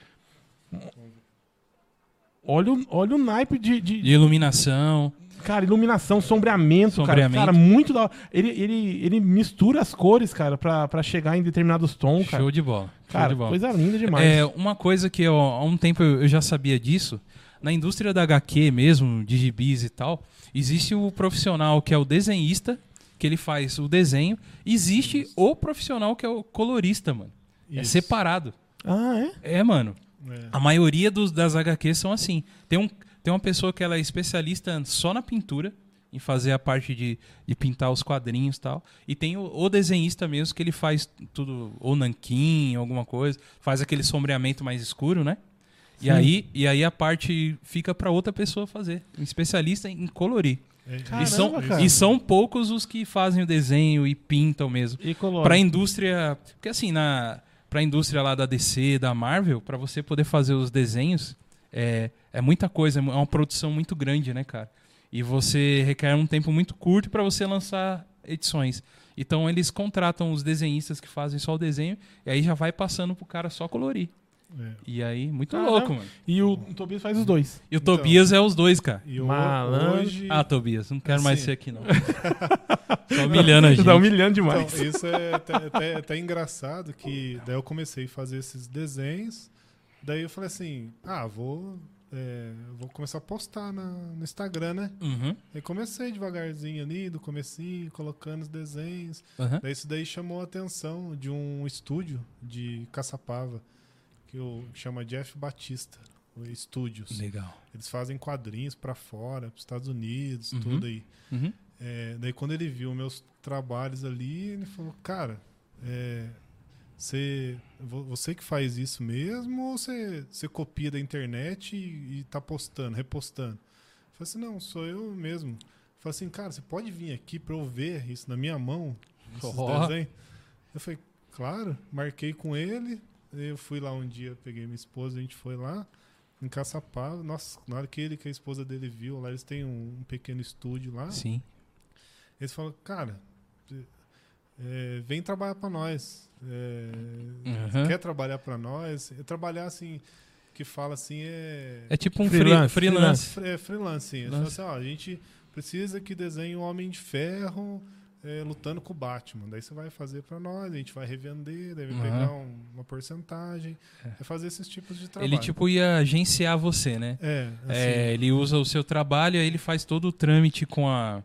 S2: Olha o, olha o naipe de, de-
S1: De iluminação.
S2: Cara, iluminação, sombreamento,
S1: Sombreamento.
S2: cara. Cara, muito da hora. Ele, ele, ele mistura as cores, cara, pra, pra chegar em determinados tons, cara.
S1: Show de bola. Show
S2: Cara,
S1: de bola.
S2: coisa linda demais.
S1: É, uma coisa que eu- há um tempo eu eu já sabia disso, na indústria da HQ mesmo, de gibis e tal, existe o profissional que é o desenhista, que ele faz o desenho, existe o profissional que é o colorista, mano. É
S4: Isso.
S1: separado.
S2: Ah, é?
S1: É, mano.
S4: É.
S1: A maioria dos, das HQs são assim. Tem, um, tem uma pessoa que ela é especialista só na pintura, em fazer a parte de, de pintar os quadrinhos e tal. E tem o, o desenhista mesmo que ele faz tudo, ou nanquim, alguma coisa, faz aquele sombreamento mais escuro, né? E
S2: Sim.
S1: aí, e aí a parte fica para outra pessoa fazer. Um especialista em colorir.
S4: É,
S2: Caramba,
S1: e, são,
S2: cara.
S1: e são poucos os que fazem o desenho e pintam mesmo
S2: E color.
S1: para a indústria, porque assim, na para a indústria lá da DC, da Marvel, para você poder fazer os desenhos, é, é muita coisa, é uma produção muito grande, né, cara? E você requer um tempo muito curto para você lançar edições. Então eles contratam os desenhistas que fazem só o desenho e aí já vai passando pro cara só colorir.
S4: é.
S1: E aí, muito
S2: Caramba.
S1: louco, mano.
S2: E o Tobias faz os dois.
S1: E o
S4: Então.
S1: Tobias é os dois, cara.
S4: E o-
S2: Malandro.
S4: hoje.
S1: Ah, Tobias, não quero mais
S4: Assim.
S1: ser aqui não. só humilhando a gente.
S2: Tá humilhando
S4: Então,
S2: demais.
S4: isso é até, até- até engraçado que daí eu comecei a fazer esses desenhos, daí eu falei assim, ah, vou, é, vou começar a postar na- no Instagram, né?
S1: Uhum,
S4: Aí comecei devagarzinho ali, do comecinho, colocando os desenhos.
S1: uhum.
S4: Daí isso daí chamou a atenção de um estúdio de Caçapava, que o- que chama Jeff Batista Studios.
S1: Legal.
S4: Eles fazem quadrinhos pra fora, pros Estados Unidos,
S1: Uhum.
S4: tudo aí.
S1: Uhum.
S4: É, daí quando ele viu meus trabalhos ali, ele falou, cara, é, Você, vo- você que faz isso mesmo ou você, você copia da internet e, e tá postando, repostando? Eu falei assim, não, sou eu mesmo. Eu falei assim, cara, você pode vir aqui para eu ver isso na minha mão? Esses
S1: Ó.
S4: desenhos? Eu falei, claro, marquei com ele. Eu fui lá um dia, peguei minha esposa, a gente foi lá em Caçapava. Nossa, na hora que ele que a esposa dele viu lá, eles têm um, um pequeno estúdio lá.
S1: Sim.
S4: Eles falam, cara, é, vem trabalhar para nós. É,
S1: Uhum.
S4: Quer trabalhar para nós? É trabalhar assim, que fala assim é,
S1: É tipo um freelance. freelance.
S2: Freelance,
S4: fre- é freelance. Eles falam assim, ó, a gente precisa que desenhe um homem de ferro é, lutando com o Batman. Daí você vai fazer para nós, a gente vai revender, deve
S1: Uhum.
S4: pegar um- uma porcentagem. É fazer esses tipos de trabalho.
S1: Ele tipo ia agenciar você, né?
S4: é, assim,
S1: É, ele usa o seu trabalho, aí ele faz todo o trâmite com a,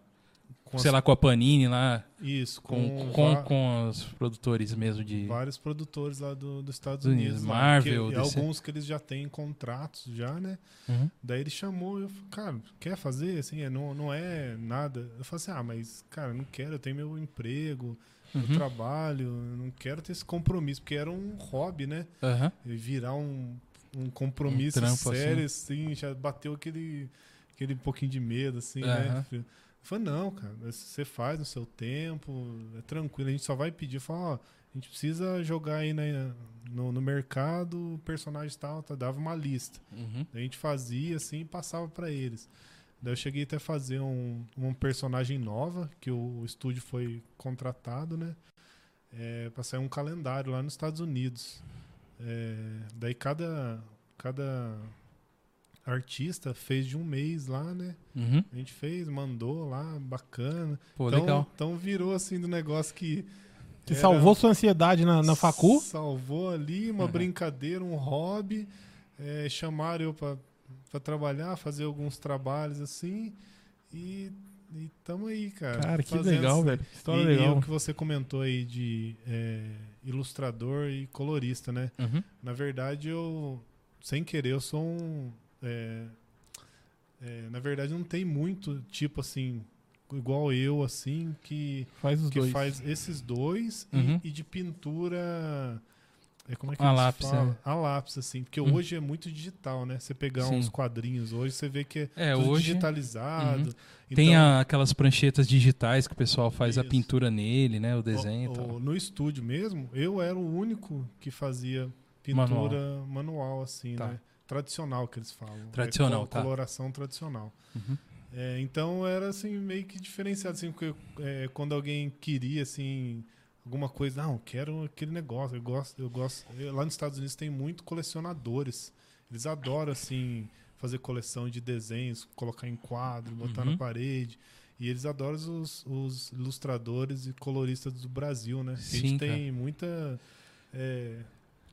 S4: com
S1: sei
S4: as-
S1: lá, com a Panini lá,
S4: isso,
S1: com,
S4: com,
S1: com,
S4: va-
S1: com os produtores mesmo de...
S4: vários produtores lá do, dos Estados
S1: Dos
S4: Unidos. lá,
S1: Marvel,
S4: que- e
S1: DC.
S4: alguns que eles já têm contratos já, né?
S1: Uhum.
S4: Daí ele chamou, eu falei, cara, quer fazer? Assim, é, não, não é nada. Eu falei assim, ah, mas, cara, não quero, eu tenho meu emprego,
S1: Uhum.
S4: meu trabalho, eu não quero ter esse compromisso, porque era um hobby, né?
S1: Aham.
S4: E virar um, um compromisso
S1: Um trampo,
S4: sério, assim. já bateu aquele, aquele pouquinho de medo, assim, né?
S1: Aham.
S4: Eu falei, não, cara, você faz no seu tempo, é tranquilo, a gente só vai pedir, fala, ó, a gente precisa jogar aí na- no, no mercado, personagem tal, tá, dava uma lista.
S1: Uhum.
S4: A gente fazia assim e passava para eles. Daí eu cheguei até a fazer um, um personagem nova, que o estúdio foi contratado, né? É, para sair um calendário lá nos Estados Unidos. É, daí cada, cada artista fez de um mês lá, né?
S1: Uhum.
S4: A gente fez, mandou lá, bacana.
S1: Pô,
S4: então,
S1: legal.
S4: então virou assim do negócio que.
S2: Que
S4: era-
S2: salvou sua ansiedade na, na facu.
S4: Salvou ali uma
S1: Uhum.
S4: brincadeira, um hobby. É, chamaram eu para trabalhar, fazer alguns trabalhos assim. E, e tamo aí, cara.
S2: Cara, que
S4: Fazendo-
S2: legal, velho. Que
S4: assim. E,
S2: História
S4: e
S2: legal.
S4: o que você comentou aí de é, ilustrador e colorista, né?
S1: Uhum.
S4: Na verdade, eu, sem querer, eu sou um. é, é, na verdade, não tem muito tipo assim, igual eu, assim, que
S2: Faz os
S4: que
S2: dois.
S4: faz esses dois e-
S1: Uhum.
S4: e, de pintura. É, como é que
S1: A
S4: eles
S1: lápis,
S4: falam?
S1: né?
S4: A lápis, assim. Porque
S1: Uhum.
S4: hoje é muito digital, né? Você pegar
S1: Sim.
S4: uns quadrinhos hoje, você vê que é,
S1: É,
S4: tudo
S1: hoje uhum.
S4: digitalizado.
S1: tem
S4: Então,
S1: a- aquelas pranchetas digitais que o pessoal faz a
S4: Isso.
S1: pintura nele, né? O
S4: o-
S1: desenho e
S4: o-
S1: tal.
S4: No estúdio mesmo, eu era o único que fazia pintura manual, assim,
S1: Tá.
S4: né? Tradicional, que eles falam.
S1: Tradicional,
S4: é,
S1: tá.
S4: Coloração tradicional.
S1: Uhum.
S4: É, então era assim meio que diferenciado assim porque é, quando alguém queria assim alguma coisa não eu quero aquele negócio eu gosto eu gosto eu- lá nos Estados Unidos tem muito colecionadores eles adoram assim fazer coleção de desenhos colocar em quadro botar
S1: Uhum.
S4: na parede e eles adoram os, os ilustradores e coloristas do Brasil né a
S1: Sim,
S4: gente tem muita é,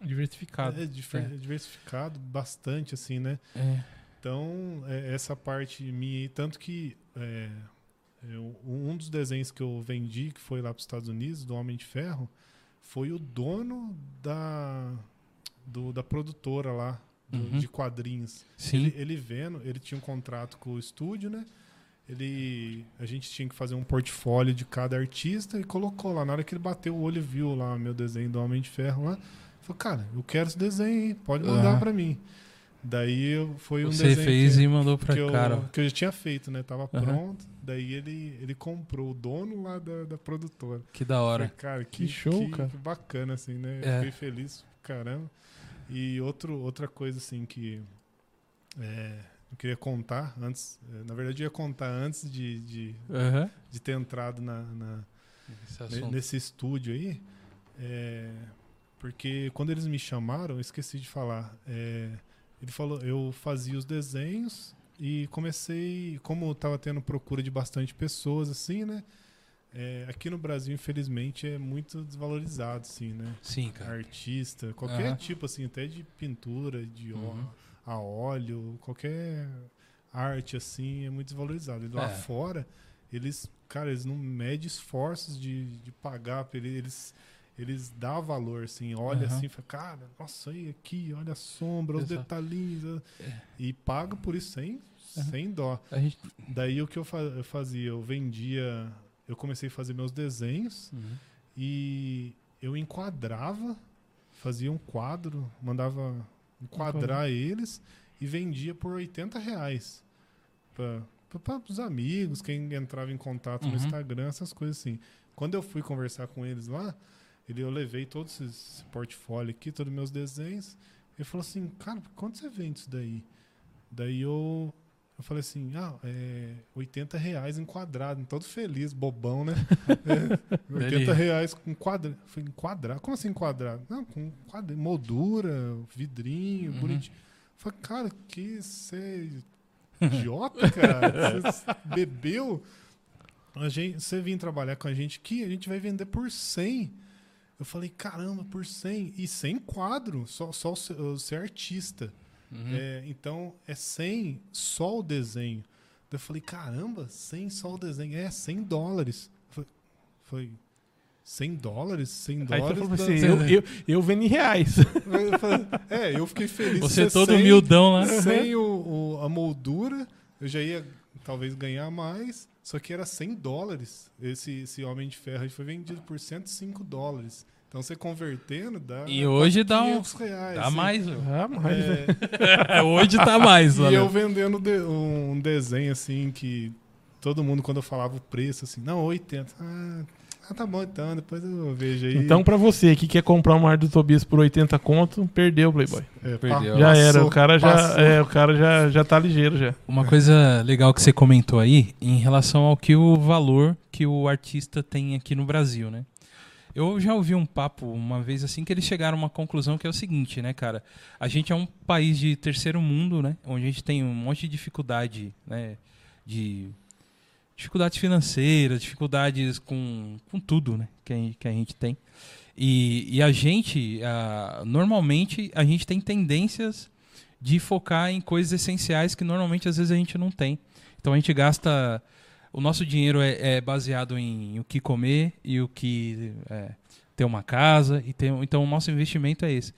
S2: Diversificado.
S4: é, difer- diversificado bastante assim né
S1: É.
S4: então, é, essa parte minha, aí, tanto que é, eu- um dos desenhos que eu vendi, que foi lá para os Estados Unidos, do Homem de Ferro, foi o dono da, do- da produtora lá, do-
S1: Uhum.
S4: de quadrinhos.
S1: Sim.
S4: Ele, ele vendo, ele tinha um contrato com o estúdio, né? Ele, a gente tinha que fazer um portfólio de cada artista e colocou lá. Na hora que ele bateu o olho e viu lá meu desenho do Homem de Ferro lá, falou, cara, eu quero esse desenho, hein? pode mandar
S1: Ah.
S4: pra mim. Daí eu- foi um
S1: Você
S4: desenho
S1: fez
S4: que,
S1: e mandou pra
S4: que, eu,
S1: cara.
S4: que eu já tinha feito, né? Tava
S1: Aham.
S4: pronto. Daí ele, ele comprou o dono lá da, da produtora.
S1: Que da hora.
S4: Falei, cara, que,
S2: Que show,
S4: que
S2: cara.
S4: bacana, assim, né?
S1: É.
S4: Fiquei feliz, caramba. E outro, outra coisa, assim, que é, eu queria contar antes... é, Na verdade, eu ia contar antes de, de,
S1: Aham.
S4: de ter entrado na- na,
S1: Esse
S4: Ne-
S1: assunto.
S4: nesse estúdio aí, é, porque quando eles me chamaram, eu esqueci de falar. é, ele falou, eu fazia os desenhos e comecei, como eu tava tendo procura de bastante pessoas, assim, né? é, aqui no Brasil, infelizmente, é muito desvalorizado, assim, né?
S1: Sim, cara.
S4: Artista, qualquer
S1: Aham.
S4: tipo, assim, até de pintura, de ó-
S1: Uhum.
S4: a óleo, qualquer arte, assim, é muito desvalorizado. E lá
S1: É.
S4: fora, eles, cara, eles não medem esforços de, de pagar, pra ele- eles, eles dão valor, assim, olha
S1: Aham.
S4: assim, fala, cara, nossa, olha aqui, olha a sombra, os
S1: Exato.
S4: detalhinhos, ó.
S1: É.
S4: e paga por isso sem,
S1: Aham.
S4: sem dó.
S1: A gente...
S4: Daí o que eu fa- eu fazia, eu vendia, eu comecei a fazer meus desenhos,
S1: Uhum.
S4: e eu enquadrava fazia um quadro, mandava enquadrar eles e vendia por 80 reais para os amigos, quem entrava em contato
S1: Uhum.
S4: no Instagram, essas coisas assim. Quando eu fui conversar com eles lá, ele, eu levei todo esse, esse portfólio aqui, todos os meus desenhos. Ele falou assim, cara, quanto você vende isso daí? Daí eu, eu falei assim, ah, é 80 reais enquadrado, todo feliz, bobão, né? É, 80 reais com quadra, foi enquadrado, como assim enquadrado? Não, com quadra, moldura, vidrinho,
S1: Uhum.
S4: bonitinho. Eu falei, cara, que você idiota, cara, você bebeu? A gente, você vir trabalhar com a gente aqui, a gente vai vender por 100. Eu falei, caramba, por 100. E sem quadro, só, só ser, ser artista.
S1: Uhum.
S4: É, então, é 100 só o desenho. Daí Eu falei, caramba, 100 só o desenho. É, 100 dólares. Foi, foi 100 dólares? 100
S2: Aí você
S4: dólares?
S2: falou
S4: dá-
S2: assim, eu, eu, eu vendo em reais.
S4: Eu falei, é, eu fiquei feliz.
S1: Você
S4: de ser
S1: todo
S4: 100
S1: humildão né?" lá.
S4: sem o, o- a moldura, eu já ia talvez ganhar mais, só que era 100 dólares. Esse, esse Homem de Ferro aí foi vendido por 105 dólares. Então você convertendo dá.
S1: E hoje dá um-
S4: 500 Uhum. Reais,
S1: Dá
S4: assim.
S1: mais, um velho.
S2: Ah, mas
S4: É,
S1: É, hoje tá mais,
S4: e eu
S1: valeu.
S4: vendendo de- um desenho assim que todo mundo, quando eu falava o preço, assim, não, 80. Ah, ah, tá bom então, depois eu vejo aí.
S2: Então, pra você que quer comprar uma arte do Tobias por 80 conto, perdeu o Playboy.
S4: É, pá,
S1: Perdeu.
S2: já
S4: passou,
S2: era, o cara já,
S4: passou.
S2: é, o cara já, já tá ligeiro já.
S1: Uma coisa legal que você comentou aí em relação ao que o valor que o artista tem aqui no Brasil, né? Eu já ouvi um papo uma vez assim que eles chegaram a uma conclusão que é o seguinte, né, cara? A gente é um país de terceiro mundo, né? Onde a gente tem um monte de dificuldade, né? De dificuldades financeiras, dificuldades com, com tudo, né? Que a, gente- que a gente tem. E, e a gente, ah, normalmente, a gente tem tendências de focar em coisas essenciais que normalmente às vezes a gente não tem. Então a gente gasta. O nosso dinheiro é, é baseado em o que comer e o que é, ter uma casa. E ter, então o nosso investimento é esse.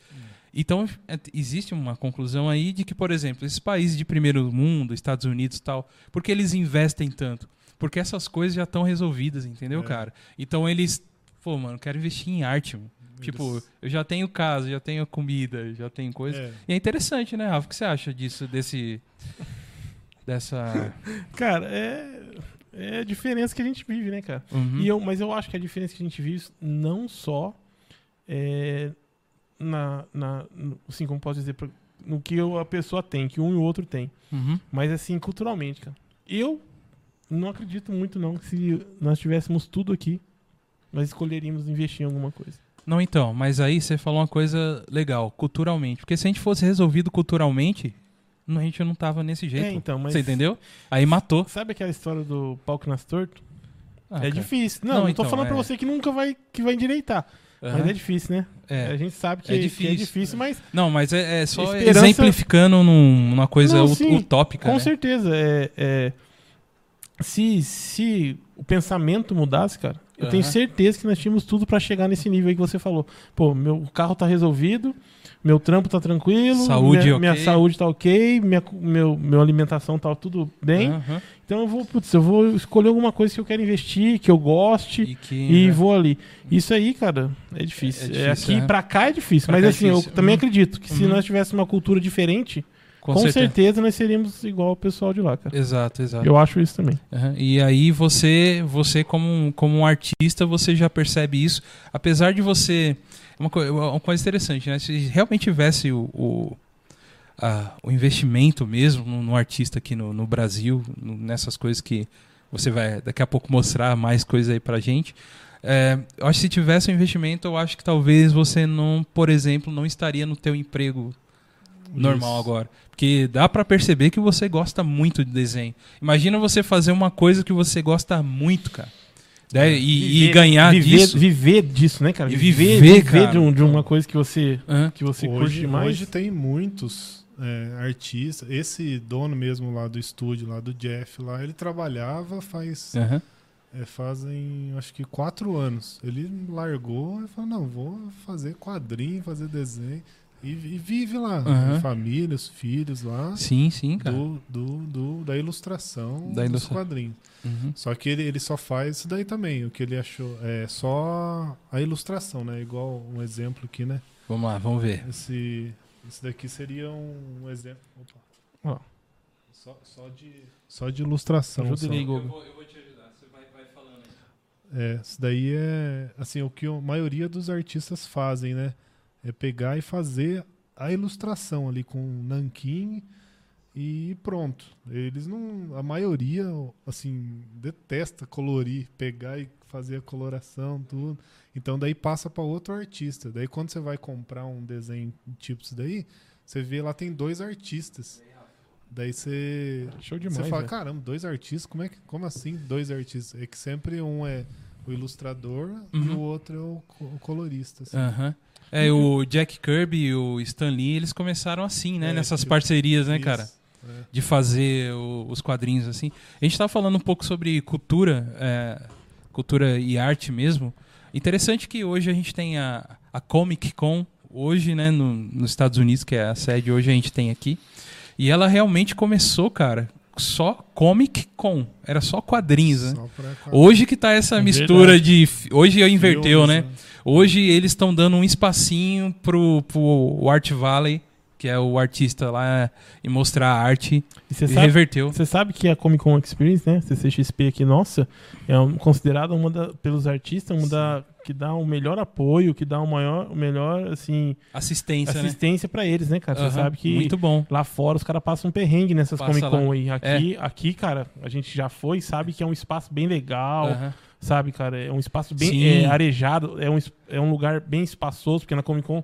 S1: Então é- existe uma conclusão aí de que, por exemplo, esses países de primeiro mundo, Estados Unidos e tal, por que eles investem tanto? Porque essas coisas já estão resolvidas, entendeu,
S4: É.
S1: cara? Então eles. Pô, mano, quero investir em arte, mano. Tipo, eu já tenho casa, já tenho comida, já tenho coisa.
S4: É.
S1: E é interessante, né, Rafa? O que você acha disso, desse. Dessa.
S2: Cara, é, é a diferença que a gente vive, né, cara?
S1: Uhum.
S2: E eu, mas eu acho que a diferença que a gente vive não só é, na, na, no- assim, como posso dizer, pro- no que eu- a pessoa tem, que um e o outro tem,
S1: Uhum.
S2: mas assim, culturalmente, cara. Eu não acredito muito, não, que se nós tivéssemos tudo aqui, nós escolheríamos investir em alguma coisa.
S1: Não, então, mas aí você falou uma coisa legal, culturalmente. Porque se a gente fosse resolvido culturalmente, não- a gente não tava nesse jeito.
S2: É, então, mas-
S1: Você entendeu? Aí matou.
S2: Sabe aquela história do pau que nasce torto?
S1: Ah,
S2: é
S1: cara.
S2: difícil. Não,
S1: Não,
S2: não, tô
S1: então,
S2: falando pra
S1: é.
S2: você que nunca vai, que vai endireitar. Mas
S1: Aham.
S2: é difícil, né?
S1: É.
S2: A gente sabe que
S1: É
S2: que
S1: difícil.
S2: difícil, mas
S1: Não, mas é, é só
S2: Esperança-
S1: exemplificando num- numa coisa
S2: Não,
S1: ut-
S2: sim,
S1: utópica.
S2: Com
S1: né?
S2: certeza. É, é, se, se o pensamento mudasse, cara, eu tenho
S1: Aham.
S2: certeza que nós tínhamos tudo pra chegar nesse nível aí que você falou. Pô, meu carro tá resolvido, meu trampo tá tranquilo,
S1: Saúde
S2: minha,
S1: ok.
S2: minha saúde tá ok, minha, cu- meu, meu alimentação tá tudo bem.
S1: Aham.
S2: Então eu vou, putz, eu vou escolher alguma coisa que eu quero investir, que eu goste.
S1: E que. né,
S2: E vou ali. Isso aí, cara, é difícil.
S1: É- é
S2: É
S1: difícil,
S2: aqui
S1: é.
S2: pra cá é difícil.
S1: Pra
S2: mas
S1: cá é
S2: assim,
S1: difícil.
S2: eu também
S1: Uhum.
S2: acredito que se
S1: Uhum.
S2: nós tivéssemos uma cultura diferente,
S1: com,
S2: com certeza.
S1: certeza.
S2: nós seríamos igual o pessoal de lá, cara.
S1: Exato, exato.
S2: Eu acho isso também.
S1: Aham, E aí você, você como, um- como um artista, você já percebe isso. Apesar de você. Uma, co- uma coisa interessante, né? Se realmente tivesse o, o, a- o investimento mesmo no, no artista aqui no, no Brasil, no- nessas coisas que você vai daqui a pouco mostrar mais coisas aí pra gente. é, eu acho que se tivesse um investimento, eu acho que talvez você não, por exemplo, não estaria no teu emprego normal
S4: Isso.
S1: agora. Porque dá pra perceber que você gosta muito de desenho. Imagina você fazer uma coisa que você gosta muito, cara. Né? E, e ganhar
S2: viver,
S1: disso.
S2: Viver disso, né, cara?
S1: E viver, cara.
S2: de, um- de uma coisa que você,
S1: Hã?
S2: que você curte
S4: hoje,
S2: demais.
S4: hoje tem muitos é, artistas. Esse dono mesmo lá do estúdio, lá do Jeff, lá, ele trabalhava faz
S1: Aham.
S4: é, fazem acho que quatro anos. Ele largou e falou, não, vou fazer quadrinho, fazer desenho. E, e vive lá. né,
S1: Aham.
S4: Família, os filhos lá.
S1: Sim, sim, cara.
S4: Do, do, do- da ilustração
S1: Da
S4: dos
S1: ilustra-
S4: quadrinhos.
S1: Uhum.
S4: Só que ele, ele só faz isso daí também. O que ele achou é só a ilustração, né? Igual um exemplo aqui, né?
S1: Vamos lá, vamos ver.
S4: Esse, esse daqui seria um exemplo. Opa.
S2: Ó.
S4: Só, só de, só de ilustração.
S2: Ajuda
S4: só.
S2: ele aí, Google.
S1: vou, te ajudar, você vai, falando aí.
S4: É, isso daí é assim, o que a maioria dos artistas fazem, né? É pegar e fazer a ilustração ali com um nanquim e pronto. Eles não, a maioria assim detesta colorir, pegar e fazer a coloração, tudo. Então daí passa para outro artista. Daí quando você vai comprar um desenho tipo isso daí, você vê lá tem dois artistas. Daí você
S2: Show demais.
S4: você fala,
S2: velho.
S4: caramba, dois artistas, como, é que, como assim dois artistas? É que sempre um é o ilustrador e
S1: Uhum.
S4: o outro é o, co- o colorista. assim.
S1: Aham. É, o Jack Kirby e o Stan Lee, eles começaram assim, né?
S4: É,
S1: nessas
S4: tipo,
S1: parcerias, né,
S4: Isso,
S1: cara?
S4: é.
S1: de fazer o- os quadrinhos assim. A gente estava falando um pouco sobre cultura, é, cultura e arte mesmo. Interessante que hoje a gente tem a, a Comic Con, hoje, né, no- nos Estados Unidos, que é a sede hoje a gente tem aqui. E ela realmente começou, cara, só Comic Con. Era só quadrinhos, né?
S4: Só pra quadrinhos.
S1: Hoje que tá essa
S2: É
S1: mistura de. fi- Hoje inverteu,
S4: Filmes,
S1: né? Hoje eles estão dando um espacinho pro, pro Art Valley, que é o artista lá, e mostrar a arte.
S2: E você
S1: E
S2: sabe,
S1: reverteu.
S2: você sabe que a Comic Con Experience, né? CCXP aqui nossa, é um- considerada uma da- pelos artistas uma da que dá o melhor apoio, que dá o maior, o melhor assim
S1: Assistência, né?
S2: assistência pra eles, né, cara? Você
S1: Aham,
S2: sabe que
S1: Muito bom.
S2: Lá fora os caras passam um perrengue nessas
S1: Passa É.
S2: Comic Con aí. Aqui, aqui, cara, a gente já foi, sabe que é um espaço bem legal,
S1: Aham.
S2: sabe, cara? É um espaço
S1: Sim.
S2: bem é, arejado, é um, es- é um lugar bem espaçoso, porque na Comic Con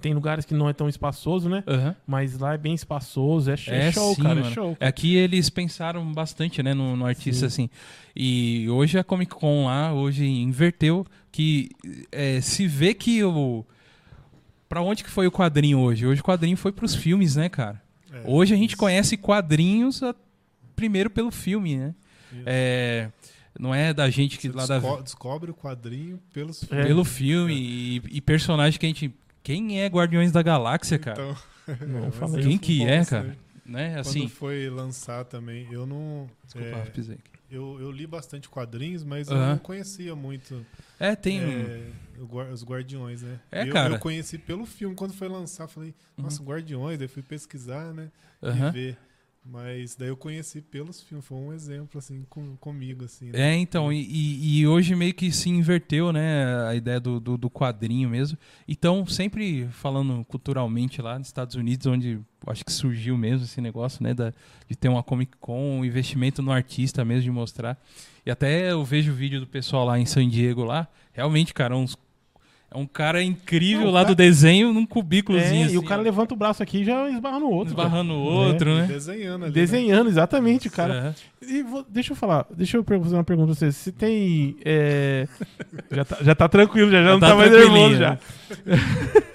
S2: tem lugares que não é tão espaçoso, né?
S1: Aham.
S2: Mas lá é bem espaçoso, é, show,
S1: É,
S2: é show,
S1: sim,
S2: cara,
S1: mano.
S2: é show.
S1: Aqui eles pensaram bastante, né, no, no artista, assim. E hoje a Comic Con lá, hoje inverteu, que é, se vê que o... Pra onde que foi o quadrinho hoje? Hoje o quadrinho foi pros filmes, né, cara?
S4: É,
S1: Hoje a gente
S4: isso.
S1: conhece quadrinhos a- primeiro pelo filme, né?
S4: Isso.
S1: É, não é da gente que
S4: Você
S1: lá da...
S4: desco- descobre o quadrinho pelos
S2: É.
S1: Pelo filme e, e personagem que a gente... Quem é Guardiões da Galáxia, cara?
S4: Então,
S2: Não,
S4: mas
S2: fala aí.
S4: eu
S1: Quem
S4: fui
S1: que
S4: bom
S1: é,
S4: nisso,
S1: cara?
S4: né?
S1: Né?
S4: Quando
S1: Assim...
S4: foi lançar também, eu não.
S1: Desculpa,
S4: é,
S1: pisei aqui.
S4: eu, eu li bastante quadrinhos, mas eu
S1: Aham.
S4: não conhecia muito
S1: É, tem.
S4: é, o guar- os Guardiões, né?
S1: É,
S4: eu,
S1: cara. Uhum.
S4: eu conheci pelo filme, quando foi lançar, falei, nossa, Guardiões, daí fui pesquisar, né?
S1: Aham.
S4: e ver. Mas daí eu conheci pelos filmes, foi um exemplo assim com, comigo assim. né?
S1: É, então, e- e, e hoje meio que se inverteu, né? A ideia do, do, do quadrinho mesmo. Então, sempre falando culturalmente lá nos Estados Unidos, onde acho que surgiu mesmo esse negócio, né? da- de ter uma Comic Con, um investimento no artista mesmo, de mostrar. E até eu vejo o vídeo do pessoal lá em San Diego lá. Realmente, cara, uns- é um cara incrível
S2: Não, o
S1: lá
S2: cara-
S1: do desenho num cubículozinho.
S2: É,
S1: assim,
S2: e o cara
S1: ó,
S2: levanta o braço aqui e já esbarra no outro. cara.
S1: esbarrando o outro,
S4: E
S1: né? é.
S4: Desenhando ali.
S2: Desenhando, exatamente, cara.
S1: Aham.
S2: E vou- deixa eu falar, deixa eu per- fazer uma pergunta pra você. Se tem. é, já, tá, já tá tranquilo, já, já não tá, mais nervoso
S1: tranquilinho,
S2: já.
S1: né?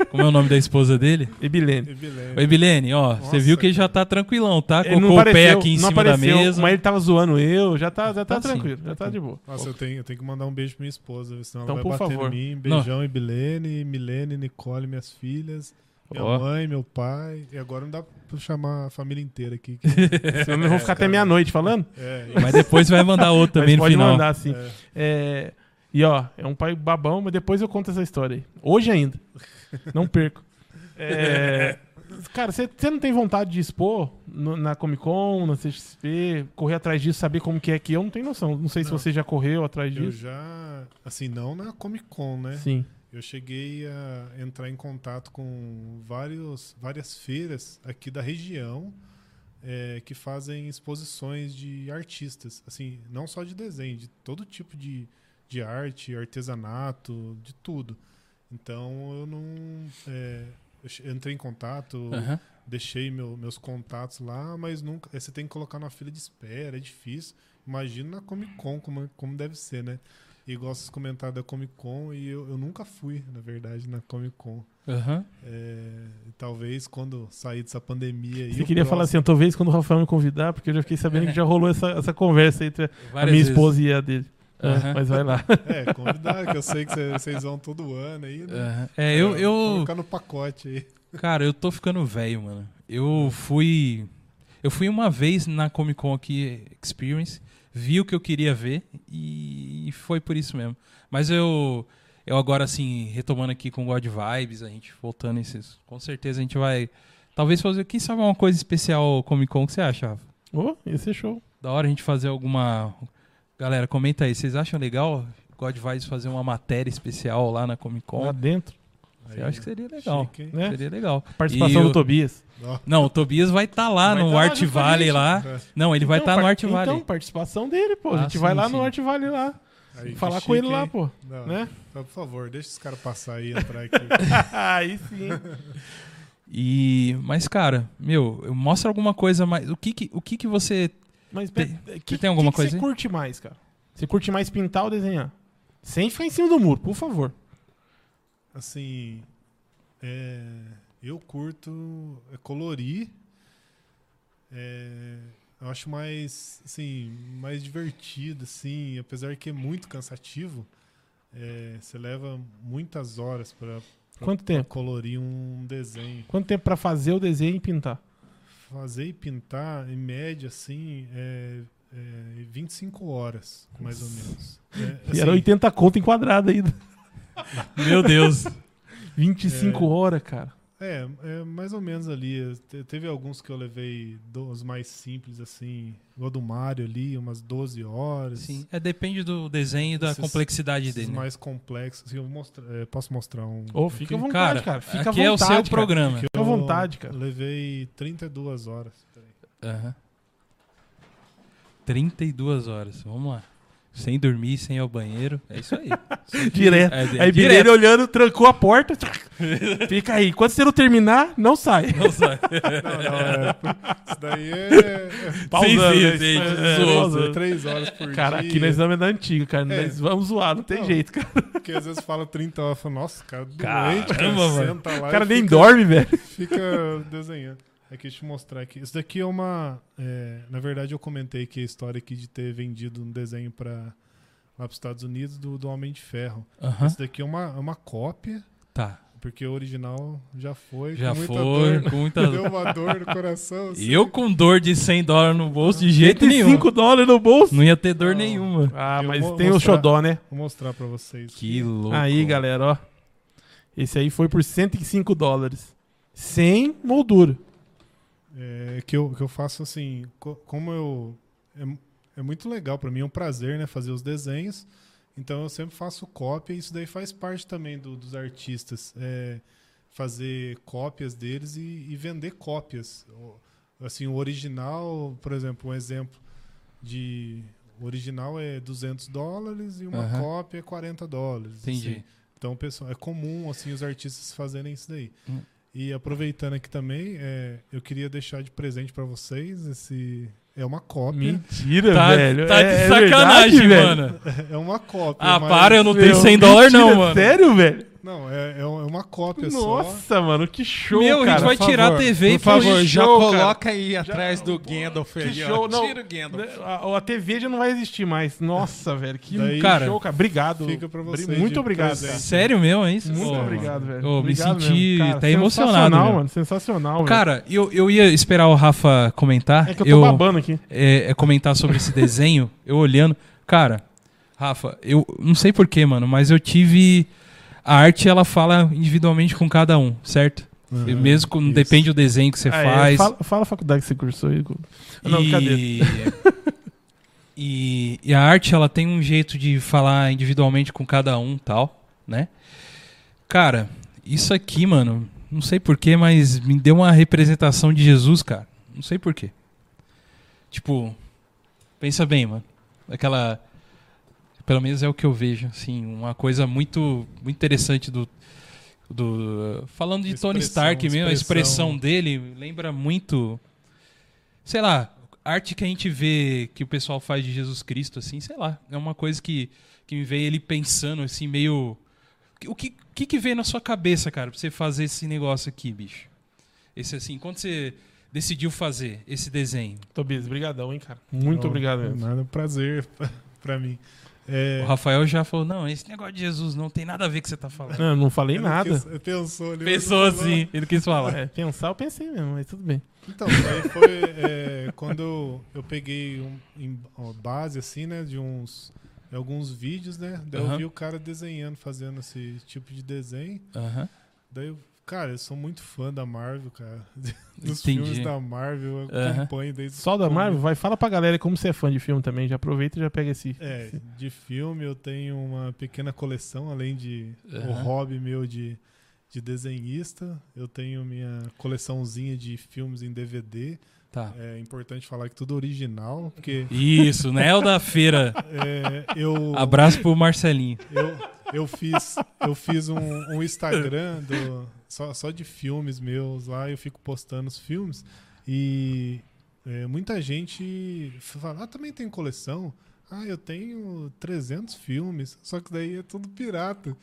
S1: Como é o nome da esposa dele?
S2: Ebilene.
S4: Né? E beleza.
S1: Ô, Ebilene, ó, você viu que ele já tá tranquilão, tá?
S2: Ele
S1: Colocou o pé aqui em cima da mesa.
S2: Mas ele tava zoando eu, já tá, já tá
S1: Tá sim,
S2: tranquilo, já tá
S1: tranquilo.
S2: de boa.
S4: Nossa, eu tenho, eu tenho que mandar um beijo pra minha esposa, senão
S2: Então,
S4: ela
S2: por
S4: vai bater
S2: favor.
S4: em mim. Beijão e Bilene, Milene, Nicole, minhas filhas, minha
S1: Ó.
S4: mãe, meu pai. E agora não dá pra chamar a família inteira aqui. que-
S2: Senão eu vou ficar até meia-noite falando.
S4: é,
S1: Mas depois vai mandar outro também
S2: mas
S1: no
S2: pode
S1: final.
S2: mandar, sim.
S4: é.
S2: É, E ó, é um pai babão, mas depois eu conto essa história aí. Hoje ainda. Não perco. É, Cara, você não tem vontade de expor no- na Comic Con, na CXP, correr atrás disso, saber como que é que eu não tenho noção. Não sei se
S4: Não.
S2: você já correu atrás
S4: Eu
S2: disso.
S4: já, assim, não na Comic Con, né?
S2: Sim.
S4: Eu cheguei a entrar em contato com vários, várias feiras aqui da região eh, que fazem exposições de artistas, assim, não só de desenho, de todo tipo de, de arte, artesanato, de tudo. Então eu não eh, eu che- entrei em contato,
S1: Aham.
S4: deixei meu- meus contatos lá, mas nunca. eh, Você tem que colocar na fila de espera, é difícil. Imagina na Comic Con como, como deve ser, né? E igual vocês comentaram da Comic Con, e eu, eu nunca fui, na verdade, na Comic Con.
S1: Aham.
S4: Eh, talvez quando sair dessa pandemia aí.
S2: Você
S4: eu
S2: queria falar
S4: próximo-
S2: assim, talvez quando o Rafael me convidar, porque eu já fiquei sabendo que já rolou essa, essa conversa entre a
S1: Várias
S2: minha
S1: vezes.
S2: esposa e a dele. É,
S1: Aham.
S2: mas vai lá.
S4: É, convidar, que eu sei que cê- vocês vão todo ano aí. né?
S1: Aham. É, eu,
S4: É,
S1: eu,
S4: Colocar no pacote aí.
S1: cara, eu tô ficando velho, mano. Eu fui, eu fui uma vez na Comic Con aqui, Experience, vi o que eu queria ver e foi por isso mesmo. Mas eu, Eu agora, assim, retomando aqui com God Vibes, a gente voltando esses. Com certeza a gente vai. Talvez fazer, quem sabe, uma coisa especial Comic Con que você acha, Rafa?
S2: Ô, esse é show.
S1: Da hora a gente fazer alguma. Galera, comenta aí, vocês acham legal God Vibes fazer uma matéria especial lá na Comic
S2: Lá
S1: Con?
S2: dentro.
S4: Aí,
S1: Eu acho que seria legal.
S4: chique, hein?
S2: né?
S1: Seria legal.
S2: Participação
S1: E
S2: do
S1: o-
S2: Tobias.
S4: Ó,
S1: Não, o Tobias vai estar lá
S4: vai
S1: no
S4: tá lá
S1: Art
S4: junto com a
S1: Valley
S4: gente.
S1: lá. Não, ele vai
S2: Então,
S1: estar no
S2: par-
S1: Art Valley.
S2: Então, participação dele, pô. a
S1: Ah,
S2: gente vai
S1: sim,
S2: lá no
S1: sim.
S2: Art Valley lá.
S4: Aí, que
S2: falar com
S4: chique,
S2: ele lá,
S4: hein?
S2: pô.
S4: Não,
S2: Né?
S4: então, por favor, deixa os caras passar aí e entrar aqui.
S2: Aí sim.
S1: E, mas cara, meu, mostra alguma coisa mais. O que que, o que, que você
S2: Mas
S1: Tem-
S2: pe- que,
S1: tem alguma
S2: que que
S1: coisa
S2: Você
S1: aí?
S2: curte mais, cara? Você curte mais pintar ou desenhar? Sem ficar em cima do muro, por favor.
S4: assim, é, eu curto é, colorir. É, eu acho mais, assim, mais divertido, assim, apesar que é muito cansativo. é, você leva muitas horas para
S2: Quanto tempo?
S4: colorir um desenho.
S2: Quanto tempo pra fazer o desenho e pintar?
S4: Fazer e pintar, em média, assim, é, é 25 horas, mais ou menos. É,
S2: E era
S4: assim,
S2: 80 conto enquadrado ainda.
S1: Meu Deus.
S2: 25
S4: É.
S2: horas, cara.
S4: É, é mais ou menos ali. Te- Teve alguns que eu levei dos mais simples, assim, igual do Mario ali, umas 12 horas.
S1: Sim, é, depende do desenho e da
S4: Esses-
S1: complexidade
S4: Esses
S1: dele. né?
S4: mais complexos. Assim, eu vou mostra- é, posso mostrar um.
S2: Ô, fica à
S1: Porque,
S2: vontade, cara. Fica
S1: aqui
S2: à vontade.
S1: é o seu
S2: cara.
S1: programa.
S4: que
S2: à vontade, cara.
S4: Levei 32 horas. Peraí.
S1: Aham. 32 horas, vamos lá. Sem dormir, sem ir ao banheiro, é isso aí.
S2: Direto.
S1: É, é
S2: aí
S1: direto.
S2: Bireira olhando, trancou a porta. Fica aí. Quando você não terminar, não sai.
S1: Não sai.
S4: Não, não, é, isso daí é,
S2: Pausando,
S1: sim,
S2: né?
S1: sim,
S2: É,
S1: zoou.
S4: é
S2: pausando.
S4: 3 horas por
S2: Cara,
S4: dia.
S2: aqui nós vamos é da antiga, cara.
S4: É.
S2: Nós vamos zoar, não tem
S4: Não.
S2: jeito, cara.
S4: Porque às vezes fala 30 horas, eu falo, nossa, cara, doente, cara,
S1: Caramba, mano.
S4: senta lá
S2: O
S4: e
S2: cara nem
S4: fica-
S2: dorme, velho.
S4: fica desenhando. Aqui, deixa eu mostrar aqui. Isso daqui é uma. é, na verdade, eu comentei que a história aqui de ter vendido um desenho para lá para os Estados Unidos do, do Homem de Ferro.
S1: Aham,
S4: Isso daqui é uma, é uma cópia,
S1: Tá,
S4: porque o original já foi.
S1: já
S4: com muita
S1: foi,
S4: Dor,
S1: com muita
S4: deu uma dor no coração. assim.
S1: Eu com dor de 100 dólares no bolso, de jeito nenhum.
S2: 5 dólares no bolso.
S1: Não ia ter dor
S4: Não.
S1: nenhuma.
S2: Ah,
S4: Eu
S2: mas
S4: vou
S2: tem o
S4: mostrar.
S2: xodó, né?
S4: Vou mostrar para vocês.
S1: Que louco. Tá-
S2: Aí, galera, ó. Esse aí foi por 105 dólares. Sem moldura.
S4: É, que, eu, que eu faço assim, co- como eu. É, mu- é muito legal pra mim, é um prazer né, fazer os desenhos. Então eu sempre faço cópia, e isso daí faz parte também do- dos artistas. é, fazer cópias deles e, e vender cópias. O- Assim, o original, por exemplo, um exemplo de. O original é 200 dólares e uma
S1: Aham.
S4: cópia é 40 dólares. assim.
S1: Entendi.
S4: Então, pessoal, é comum assim os artistas fazerem isso daí.
S1: Hum.
S4: E aproveitando aqui também, é, eu queria deixar de presente para vocês esse é uma cópia,
S2: Mentira,
S1: Tá,
S2: velho.
S1: tá de
S2: É- é
S1: sacanagem,
S2: verdade, velho.
S1: mano.
S4: é uma cópia.
S1: Ah,
S4: mas-
S1: para, eu não tenho
S2: Meu,
S1: 100 dólares
S2: mentira,
S1: não, mano.
S2: Sério, velho?
S4: Não, é, é um- é uma cópia só.
S2: Nossa, mano, que show,
S1: Meu, a
S2: cara.
S1: gente vai
S2: Fa-
S1: tirar a TV e
S2: Por favor,
S1: põe-
S2: já
S1: Show,
S2: coloca
S1: cara.
S5: aí atrás do Gandalf
S2: Que
S5: ali, ó.
S2: show, não.
S5: Tira o
S3: Né?
S5: Gandalf.
S2: A, a TV já não vai existir mais. Nossa, velho, que
S4: Daí
S1: Cara,
S2: show, cara. Obrigado.
S4: fica pra
S2: Bri-
S4: vocês de
S2: Muito obrigado,
S4: presente.
S2: cara.
S1: Sério mesmo, é isso?
S2: Muito
S1: Ô,
S2: obrigado, velho.
S1: Ô, me
S2: Obrigado
S1: senti
S2: mesmo, cara.
S1: até emocionado.
S2: Sensacional,
S1: meu.
S2: mano. Sensacional, velho.
S1: Cara, eu, eu ia esperar o Rafa comentar.
S2: é que eu tô babando aqui.
S1: é, é comentar sobre esse desenho, eu olhando. Cara, Rafa, eu não sei porquê, mano, mas eu tive. A arte ela fala individualmente com cada um, certo? E
S4: Uhum.
S1: mesmo quando
S4: isso.
S1: depende do desenho que você
S2: Ah, é,
S1: faz.
S2: Fala, fala a faculdade que você cursou aí. Guto. Não, cadê?
S1: e... e, e a arte, ela tem um jeito de falar individualmente com cada um tal, né? Cara, isso aqui, mano, não sei porquê, mas me deu uma representação de Jesus, cara. Não sei porquê. Tipo, pensa bem, mano. Aquela. Pelo menos é o que eu vejo, assim, uma coisa muito, muito interessante do. do falando de Tony
S4: Expressão,
S1: Stark mesmo, a
S4: expressão.
S1: expressão dele lembra muito. Sei lá, arte que a gente vê que o pessoal faz de Jesus Cristo, assim, sei lá. É uma coisa que, que me vê ele pensando, assim, meio. O que, o que que veio na sua cabeça, cara, pra você fazer esse negócio aqui, bicho? Esse assim, quando você decidiu fazer esse desenho?
S2: Tobias, brigadão, hein, cara. Muito
S4: Então,
S2: obrigado mesmo.
S4: Nada, é um prazer pra mim. É,
S1: O Rafael já falou, não, esse negócio de Jesus não tem nada a ver com o que você tá falando.
S2: Não, eu não falei
S4: eu não
S2: nada.
S4: quis- eu pensou ali. mas não
S1: Pensou
S4: falou.
S1: assim, ele quis falar.
S2: É, pensar eu pensei mesmo, mas tudo bem.
S4: Então, aí foi é, quando eu, eu peguei um, em- ó, base, assim, né, de uns alguns vídeos, né? Daí
S1: Aham.
S4: eu vi o cara desenhando, fazendo esse tipo de desenho.
S1: Aham.
S4: Daí, eu, cara, eu sou muito fã da Marvel, cara.
S1: Entendi.
S4: Dos filmes da Marvel, eu
S1: Aham.
S4: acompanho desde
S2: Só da Marvel, vai, fala pra galera como você é fã de filme também. Já aproveita e já pega esse.
S4: É, de filme eu tenho uma pequena coleção, além de o
S1: Aham.
S4: hobby meu de, de desenhista. Eu tenho minha coleçãozinha de filmes em DVD.
S1: Tá.
S4: É importante falar que tudo original, porque
S1: Isso, né? O da feira.
S4: é, eu,
S1: Abraço pro Marcelinho.
S4: eu, eu fiz, eu fiz um, um Instagram do- só, só de filmes meus lá, eu fico postando os filmes. E é, muita gente fala, ah, também tem coleção? Ah, eu tenho 300 filmes, só que daí é tudo pirata.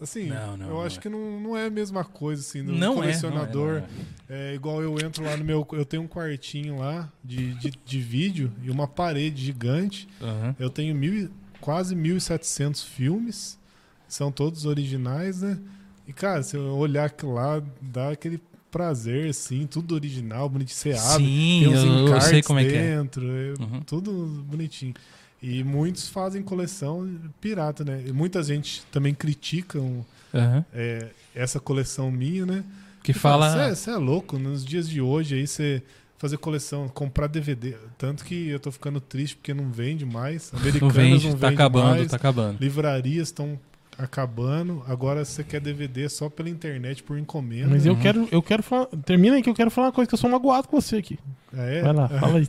S4: Assim,
S1: Não, não,
S4: eu
S1: não
S4: acho
S1: é.
S4: que não, não é a mesma coisa, assim, do
S1: Não é, não é, não
S4: colecionador.
S1: é.
S4: É igual eu entro lá no meu. Eu tenho um quartinho lá de, de, de vídeo e uma parede gigante.
S1: Aham.
S4: Eu tenho mil, e- quase 1.700 filmes, são todos originais, né? E, cara, se eu olhar aquilo lá, dá aquele prazer, assim, tudo original, bonitinho. Você abre,
S1: Sim,
S4: tem uns
S1: eu, eu
S4: encartes
S1: sei como é que é.
S4: dentro, é
S1: Uhum.
S4: tudo bonitinho. E muitos fazem coleção pirata, né? E muita gente também criticam
S1: Aham.
S4: é, essa coleção minha, né?
S1: Que fala.
S4: Você é louco, nos dias de hoje aí você fazer coleção, comprar DVD. Tanto que eu tô ficando triste porque não vende mais.
S1: Não
S4: Americanas
S1: vende,
S4: é não
S1: tá
S4: vende
S1: acabando,
S4: mais.
S1: tá acabando.
S4: Livrarias estão acabando. Agora você quer DVD só pela internet, por encomenda.
S2: Mas eu
S1: Uhum.
S2: quero, eu quero falar. Termina aí que eu quero falar uma coisa que eu sou magoado com você aqui.
S4: É,
S2: Vai lá, fala aí.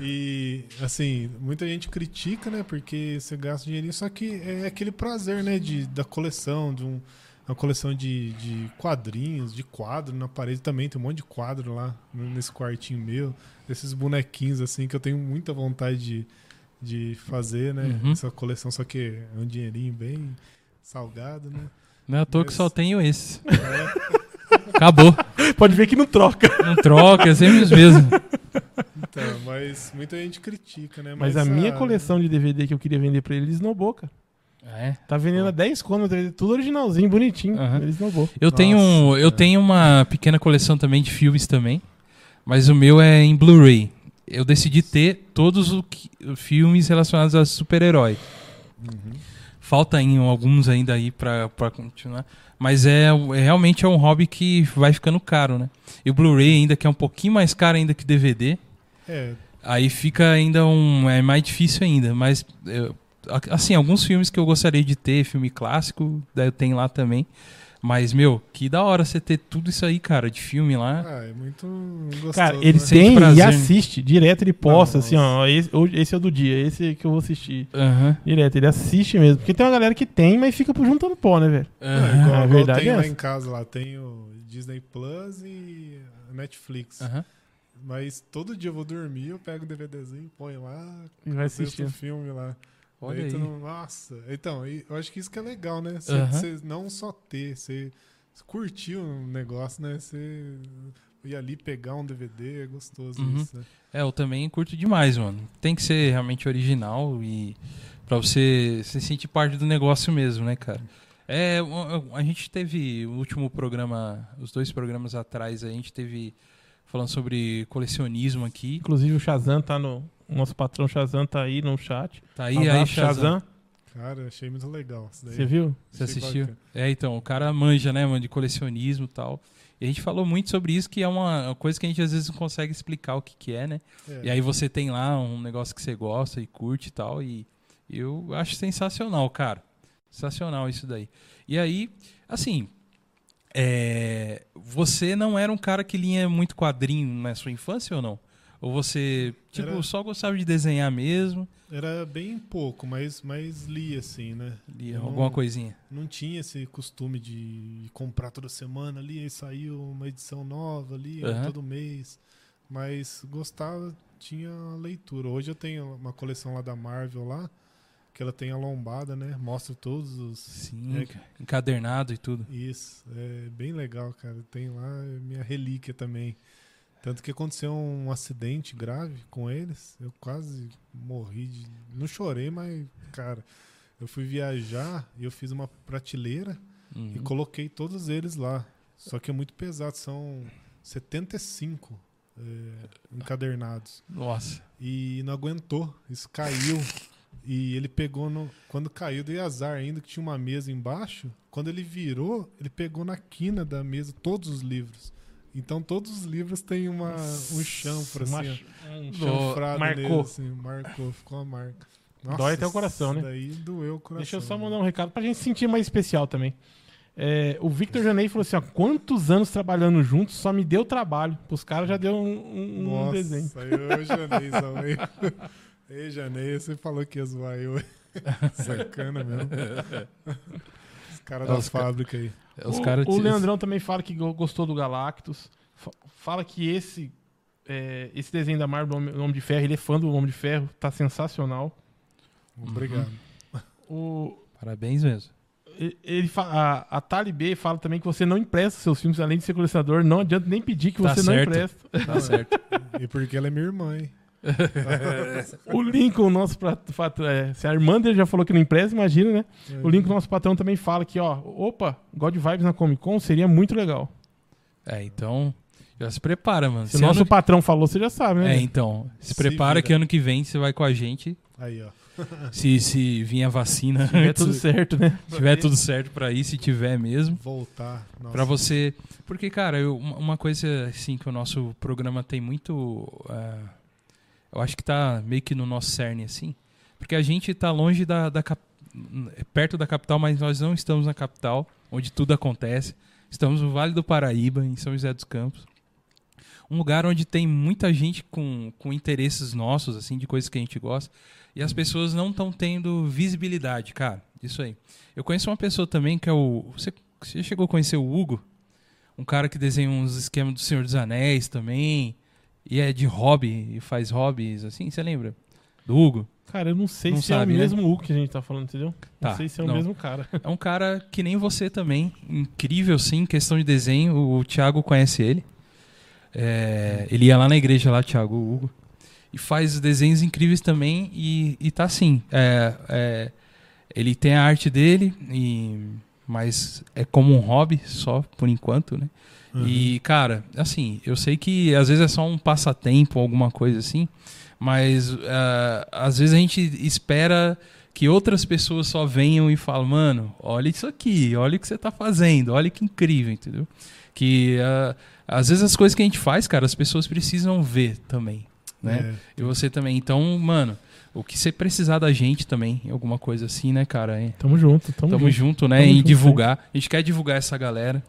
S4: E, assim, muita gente critica, né? Porque você gasta dinheirinho, só que é aquele prazer, né? De, da coleção, de um- uma coleção de, de quadrinhos, de quadro na parede também. Tem um monte de quadro lá n- nesse quartinho meu. Esses bonequinhos, assim, que eu tenho muita vontade de, de fazer, né?
S1: Uhum.
S4: Essa coleção, só que é um dinheirinho bem salgado, né? É,
S1: Não é à toa que
S4: Mas-
S1: só tenho esse. Acabou.
S2: Pode ver que não troca.
S1: Não troca, é sempre os mesmos.
S4: Então, mas muita gente critica, né?
S2: Mas a minha
S4: ah,
S2: coleção de DVD que eu queria vender pra ele, ele esnobou, cara.
S1: Ah, é?
S2: Tá vendendo a 10 conto, tudo originalzinho, bonitinho.
S1: Aham.
S2: Ele esnobou.
S1: Eu tenho, um- eu
S4: é.
S1: tenho uma pequena coleção também de filmes também, mas o meu é em Blu-ray. Eu decidi ter todos os filmes relacionados a super-herói.
S4: Uhum.
S1: Falta ainda alguns ainda aí pra pra continuar, mas é, é realmente é um hobby que vai ficando caro, né? E o Blu-ray ainda que é um pouquinho mais caro ainda que DVD,
S4: É,
S1: aí fica ainda um é mais difícil ainda, mas eu- a- assim, alguns filmes que eu gostaria de ter, filme clássico, daí eu tenho lá também. Mas, meu, que da hora você ter tudo isso aí, cara, de filme lá.
S4: ah, é muito gostoso.
S2: Cara, ele
S4: né?
S1: Sente
S2: tem e
S1: prazer.
S2: assiste. Direto ele posta,
S4: Não,
S2: assim, ó. Esse, hoje- esse é o do dia, esse que eu vou assistir.
S1: Aham.
S2: Direto, ele assiste mesmo. Porque tem uma galera que tem, mas fica juntando pó, né, velho?
S4: É,
S1: Aham.
S4: igual,
S2: a
S4: igual
S2: verdade
S4: tem
S2: é
S4: lá
S2: essa.
S4: em casa lá, tem o Disney Plus e a Netflix.
S1: Aham.
S4: Mas todo dia eu vou dormir, eu pego o DVDzinho, ponho lá,
S2: E vai
S4: assisto o
S2: assistir.
S4: filme lá.
S1: Olha
S4: Daí
S1: aí.
S4: tu não- nossa, então, e eu acho que isso que é legal, né? Você
S1: Aham.
S4: você não só ter, você curtir um negócio, né? Você ir ali pegar um DVD, é gostoso
S1: Uhum.
S4: isso, né?
S1: É, eu também curto demais, mano. Tem que ser realmente original e pra você se sentir parte do negócio mesmo, né, cara? É, o- a gente teve o último programa, os dois programas atrás, a gente teve falando sobre colecionismo aqui.
S2: Inclusive o Shazam tá no. O nosso patrão Shazam tá aí no chat.
S1: Tá aí,
S2: Abraço,
S1: aí, Shazam.
S4: Cara, achei muito legal. Isso daí.
S2: Você viu?
S1: Você
S4: Achei
S1: assistiu?
S4: bacana.
S1: É, então, o cara manja, né, mano, de colecionismo e tal. E a gente falou muito sobre isso, que é uma coisa que a gente às vezes não consegue explicar o que, que é, né?
S4: É.
S1: E aí você tem lá um negócio que você gosta e curte e tal. E eu acho sensacional, cara. Sensacional isso daí. E aí, assim, é, você não era um cara que linha muito quadrinho na sua infância ou não? Ou você, tipo,
S4: Era.
S1: só gostava de desenhar mesmo?
S4: Era bem pouco, mas, mas li assim, né?
S1: Lia
S4: Eu não-
S1: alguma coisinha?
S4: não tinha esse costume de comprar toda semana ali, aí saiu uma edição nova ali,
S1: Aham.
S4: todo mês. Mas gostava, tinha leitura. Hoje eu tenho uma coleção lá da Marvel lá, que ela tem a lombada, né? Mostra todos os.
S1: Sim,
S4: É.
S1: cara. encadernado e tudo.
S4: Isso, é bem legal, cara. Tem lá é minha relíquia também. Tanto que aconteceu um acidente grave com eles. Eu quase morri de. Não chorei, mas, cara, eu fui viajar e eu fiz uma prateleira. E
S1: Uhum.
S4: coloquei todos eles lá. Só que é muito pesado, são 75 é, encadernados.
S1: Nossa.
S4: E não aguentou, isso caiu. E ele pegou no. Quando caiu, dei azar ainda que tinha uma mesa embaixo. Quando ele virou, ele pegou na quina da mesa todos os livros. Então todos os livros têm uma, um chanfro, assim.
S2: Uma-
S4: ó.
S2: um
S4: chanfrado
S2: marcou.
S4: nele, assim, marcou, ficou a marca.
S2: Dói até o coração, né?
S4: isso Daí doeu o coração.
S2: Deixa eu só mandar um recado pra gente se sentir mais especial também. É, o Victor Janei falou assim: ó, quantos anos trabalhando juntos, só me deu trabalho. Pros caras já deu um, um- um
S4: Nossa,
S2: desenho.
S4: aí eu, Janei, também. Ei, Janei, você falou que ia zoar eu. Sacana mesmo. Os caras
S1: É,
S4: da
S1: os ca-
S4: fábrica aí.
S1: É, Os
S2: o,
S1: caras
S2: o
S1: te-
S2: Leandrão também fala que go- gostou do Galactus. Fa- Fala que esse, é, esse desenho da Marvel, do Homem- do Homem de Ferro, ele é fã do Homem de Ferro, tá sensacional.
S4: Obrigado.
S2: O,
S1: Parabéns mesmo.
S2: e- ele, fa- a, a Tali B fala também que você não empresta seus filmes, além de ser colecionador, não adianta nem pedir que
S1: Tá
S2: você não
S1: certo.
S2: empresta.
S1: Tá certo.
S4: E porque ela é minha irmã, hein?
S2: O Lincoln, nosso pra- patrão. é, se a irmã dele já falou que não empresta, imagina, né? O Lincoln, nosso patrão, também fala que, ó, opa, God Vibes na Comic Con seria muito legal.
S1: É, então. Já se prepara, mano.
S2: Se
S1: Esse
S2: o nosso
S1: ano-
S2: patrão falou, você já sabe, né?
S1: É, então. Se
S4: Se
S1: prepara
S4: vira.
S1: que ano que vem você vai com a gente.
S4: Aí, ó.
S1: Se, se vir a vacina,
S2: Se tiver
S1: antes-
S2: tudo certo, né?
S1: se tiver tudo certo pra ir, se tiver mesmo.
S4: Voltar. Nossa.
S1: Pra você. Porque, cara, eu- uma uma coisa assim que o nosso programa tem muito. ah, eu acho que tá meio que no nosso cerne, assim. Porque a gente tá longe da. da cap- n- perto da capital, mas nós não estamos na capital, onde tudo acontece. Estamos no Vale do Paraíba, em São José dos Campos. Um lugar onde tem muita gente com, com interesses nossos, assim, de coisas que a gente gosta. E as pessoas não estão tendo visibilidade, cara. Isso aí. Eu conheço uma pessoa também que é o. Você você chegou a conhecer o Hugo? Um cara que desenha uns esquemas do Senhor dos Anéis também. E é de hobby, e faz hobbies assim, você lembra? Do Hugo?
S2: Cara, eu não sei
S1: Não
S2: se
S1: sabe,
S2: é o
S1: né?
S2: mesmo Hulk que a gente tá falando, entendeu?
S1: Tá,
S2: não sei se é o
S1: não.
S2: mesmo cara.
S1: É um cara que nem você também. Incrível, sim, em questão de desenho. O Thiago conhece ele. É, ele ia lá na igreja lá, Thiago, o Hugo. E faz desenhos incríveis também. E, e tá assim. é, é, ele tem a arte dele, e, mas é como um hobby só, por enquanto, né?
S4: Uhum.
S1: E, cara, assim, eu sei que às vezes é só um passatempo, alguma coisa assim, mas ah, às vezes a gente espera que outras pessoas só venham e falem, mano, olha isso aqui, olha o que você tá fazendo, olha que incrível, entendeu? Que ah, às vezes as coisas que a gente faz, cara, as pessoas precisam ver também, né?
S4: É.
S1: E você também. Então, mano, o que você precisar da gente também, alguma coisa assim, né, cara? É.
S2: Tamo junto, tamo,
S1: Tamo
S2: junto.
S1: junto, né?
S2: Tamo
S1: e
S2: junto,
S1: divulgar. A gente quer divulgar essa galera.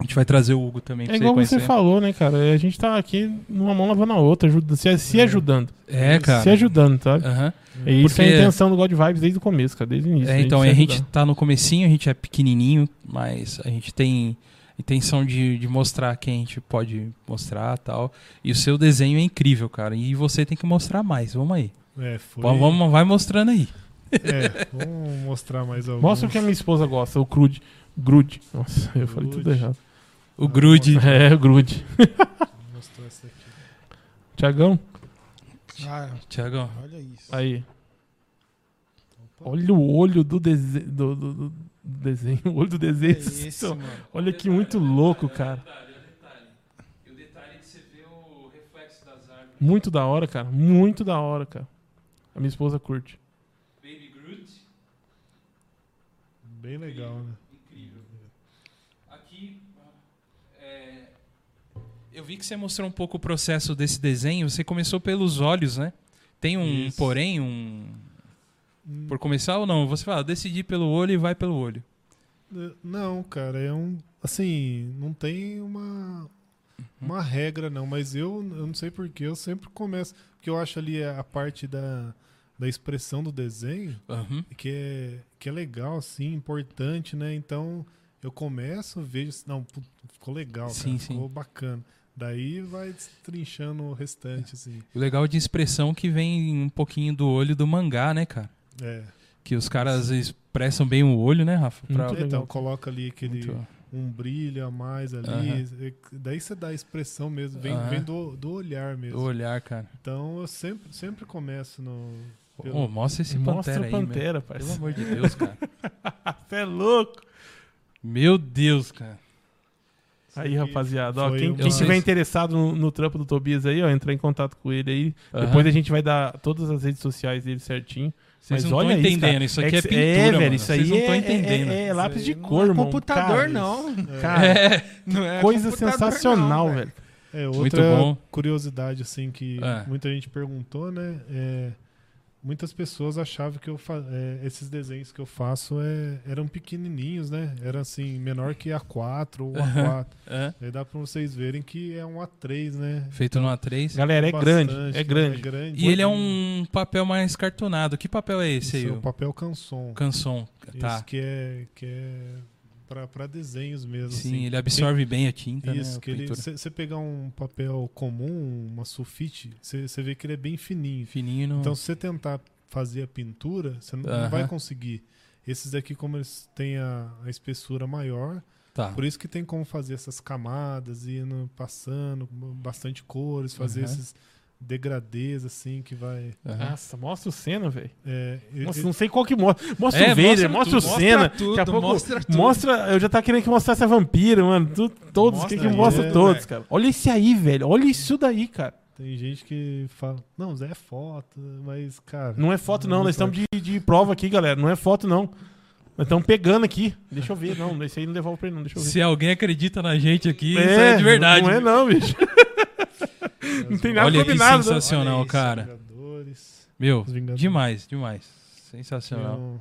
S1: A gente vai trazer o Hugo também pra
S2: É
S1: você
S2: igual
S1: conhecer.
S2: você falou, né, cara? A gente tá aqui numa mão lavando a outra, ajuda- se, se
S4: É.
S2: ajudando.
S1: É, cara.
S2: Se ajudando, sabe?
S1: Aham.
S2: É isso
S1: Porque-
S2: é a intenção do God Vibes desde o começo, cara, desde o início.
S1: É,
S2: né?
S1: então,
S2: se
S1: a gente
S2: ajudar.
S1: tá no comecinho, a gente é pequenininho, mas a gente tem intenção de, de mostrar quem a gente pode mostrar tal. E o seu desenho é incrível, cara. E você tem que mostrar mais. Vamos aí.
S4: É, foi.
S1: Vamos, vamos- vai mostrando aí.
S4: É, vamos mostrar mais alguns.
S2: Mostra o que é a minha esposa gosta, o crude. Grude. Nossa, eu falei tudo
S4: Grude.
S2: errado.
S1: O grude. É.
S2: É, o grude.
S4: Mostrou essa aqui.
S2: Tiagão,
S3: Ah,
S1: Tiagão.
S3: olha isso.
S2: aí. Olha o olho do desenho. Do, do- do- do desenho. O olho do
S3: É
S2: desenho.
S3: esse, mano.
S2: Olha que muito louco, cara.
S1: E o detalhe é que você vê o reflexo das árvores.
S2: Muito da hora, cara. Muito da hora, cara. A minha esposa curte.
S1: Baby Groot.
S4: Bem legal, né?
S1: Incrível. Aqui, é, eu vi que você mostrou um pouco o processo desse desenho. Você começou pelos olhos, né? Tem um
S4: Isso.
S1: porém, um...
S4: Hum,
S1: Por começar ou não? Você fala, "Ah, decidi pelo olho e vai pelo olho.
S4: eh, Não, cara, é um. Assim, não tem
S1: Uhum.
S4: uma. Uma regra, não, mas eu, eu não sei porquê, eu sempre começo. Porque eu acho ali é a parte da, da expressão do desenho.
S1: Uhum.
S4: que é, que é legal, assim, importante, né? Então eu começo, vejo, assim, não, putz, ficou legal, cara,
S1: Sim, sim.
S4: ficou bacana. Daí vai destrinchando o
S1: É.
S4: restante, assim.
S1: O legal de expressão que vem um pouquinho do olho do mangá, né, cara?
S4: É.
S1: Que os caras expressam bem o olho, né, Rafa?
S2: Muito legal,
S4: então,
S2: cara.
S4: coloca ali aquele
S1: Muito-
S4: um brilho a mais ali.
S1: Aham.
S4: e- Daí você dá a expressão mesmo, vem,
S1: Aham.
S4: vem do, do olhar
S1: o
S4: mesmo.
S1: olhar, cara.
S4: Então eu sempre, sempre começo no. Pelo-
S1: Ô, mostra esse
S2: Mostra
S1: pantera
S2: a
S1: aí, meu.
S2: pantera,
S1: Pelo
S2: parceiro.
S1: amor de Deus, cara.
S2: Você é louco.
S1: Meu Deus, cara.
S2: Aí, rapaziada, ó,
S4: Foi
S2: quem,
S4: um-
S2: quem
S1: Eu
S2: tiver
S1: sei.
S2: interessado no, no trampo do Tobias aí, ó, entrar em contato com ele aí.
S1: Aham.
S2: Depois a gente vai dar todas as redes sociais dele certinho.
S1: Vocês
S2: Mas
S1: não estão
S2: olha isso,
S1: entendendo,
S2: cara.
S1: isso, aqui é,
S2: que-
S1: pintura,
S2: velho,
S1: mano.
S2: isso aí
S1: Vocês não estão
S2: é-
S1: entendendo.
S2: É, é lápis de
S5: Isso aí
S1: um
S2: cor,
S5: não é
S2: mano.
S5: computador,
S2: Cara,
S5: não.
S2: Ah, Cara,
S5: Não é
S2: coisa
S5: computador,
S2: sensacional,
S5: não,
S2: velho.
S4: É, outra
S1: Muito bom.
S4: curiosidade, assim, que
S1: É.
S4: muita gente perguntou, né? é, muitas pessoas achavam que eu fa- é, esses desenhos que eu faço é, eram pequenininhos, né? Era, assim, menor que A4 ou A4.
S1: Hã?
S4: Aí dá pra vocês verem que é um A3, né?
S1: Feito no A3.
S2: Galera, é
S4: Bastante,
S2: grande,
S4: né?
S2: é grande.
S1: E ele é um papel mais cartonado. Que papel é esse
S4: Esse
S1: aí?
S4: é o
S1: o
S4: papel canson.
S1: Canson. Tá.
S4: Isso que é, que é pra, pra desenhos mesmo,
S1: Sim,
S4: assim.
S1: ele absorve bem a tinta, né?
S4: Isso,
S1: a
S4: que ele.
S1: pintura.
S4: Você pegar um papel comum, uma sulfite, você vê que ele é bem fininho.
S1: Fininho no...
S4: Então, se você tentar fazer a pintura, você não,
S1: Hum. Aham.
S4: não vai conseguir. Esses daqui, como eles têm a, a espessura maior,
S1: tá.
S4: por isso que tem como fazer essas camadas, ir no- passando com bastante cores, fazer
S1: Aham.
S4: esses degradês, assim, que vai...
S1: Aham.
S2: Nossa, mostra o Senna, velho.
S4: é, eu-
S2: Nossa,
S4: eu-
S2: não sei qual que mostra. Mostra
S1: É,
S2: o
S1: mostra
S2: Vader, mostra,
S1: tudo,
S2: o
S1: mostra
S2: Senna.
S5: tudo,
S2: Daqui a pouco
S5: mostra
S2: mostra,
S5: tudo.
S2: Eu já tá querendo que mostrasse a vampira, mano. Tu- todos,
S5: Mostra
S2: que que
S4: aí,
S2: mostra
S4: é,
S2: todos,
S5: velho.
S2: cara. Olha esse aí, velho. Olha isso daí, cara.
S4: Tem gente que fala, não, Zé é foto, mas, cara...
S2: Não é foto, não. Nós estamos de, de prova aqui, galera. Não é foto, não. Nós estamos pegando aqui. Deixa eu ver. Não, esse aí não devolve pra ele, não. Deixa eu ver.
S1: Se alguém acredita na gente aqui, isso é de verdade.
S2: Não é, não, bicho.
S4: As-
S2: Não tem nada
S1: Olha que
S2: combinado. né?
S1: sensacional,
S4: é Olha isso,
S1: cara.
S4: Vingadores.
S1: Meu,
S4: Os Vingadores.
S1: demais, demais.
S4: Tem
S1: Sensacional.
S4: um-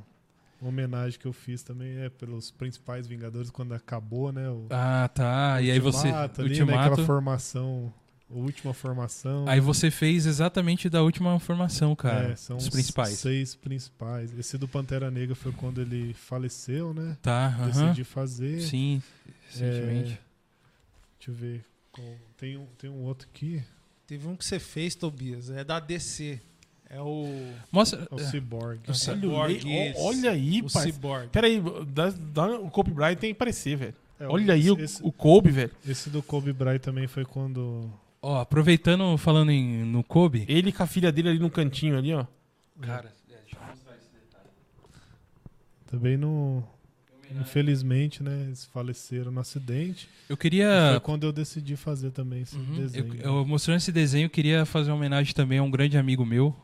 S4: Uma homenagem que eu fiz também é pelos principais Vingadores quando acabou, né? o-
S1: Ah, tá. E aí você.
S4: Ultimato ali, né?
S1: Ultimato.
S4: Aquela formação, a última formação.
S1: Aí você fez exatamente da última formação, cara.
S4: um É, são
S1: dos
S4: os
S1: principais.
S4: seis principais. Esse do Pantera Negra foi quando ele faleceu, né?
S1: Tá, aham.
S4: Decidi fazer.
S1: Sim, recentemente.
S4: É, Deixa eu ver. qual- Tem um, tem um outro aqui.
S5: Teve um que você fez, Tobias. É da DC. É o.
S1: Mostra.
S4: É o Cyborg.
S5: Nossa,
S2: Olha, o
S5: Cyborg,
S2: lei-
S5: esse.
S2: ó- olha aí,
S5: o
S2: parceiro.
S5: Cyborg.
S2: Pera aí, dá, dá- o Kobe Bryant tem que aparecer, velho.
S4: É,
S2: Olha aí o,
S4: Esse,
S2: o Kobe, velho.
S4: esse do Kobe Bryant também foi quando.
S1: Ó, aproveitando, falando em, no Kobe.
S2: Ele com a filha dele ali no cantinho ali, ó.
S1: Cara,
S4: é, Também não. Infelizmente, né? Eles faleceram no acidente.
S1: eu
S4: Foi
S1: queria.
S4: quando eu decidi fazer também um esse
S1: É. Uhum,
S4: desenho.
S1: eu- eu- mostrando esse desenho, eu queria fazer uma homenagem também a um grande amigo meu,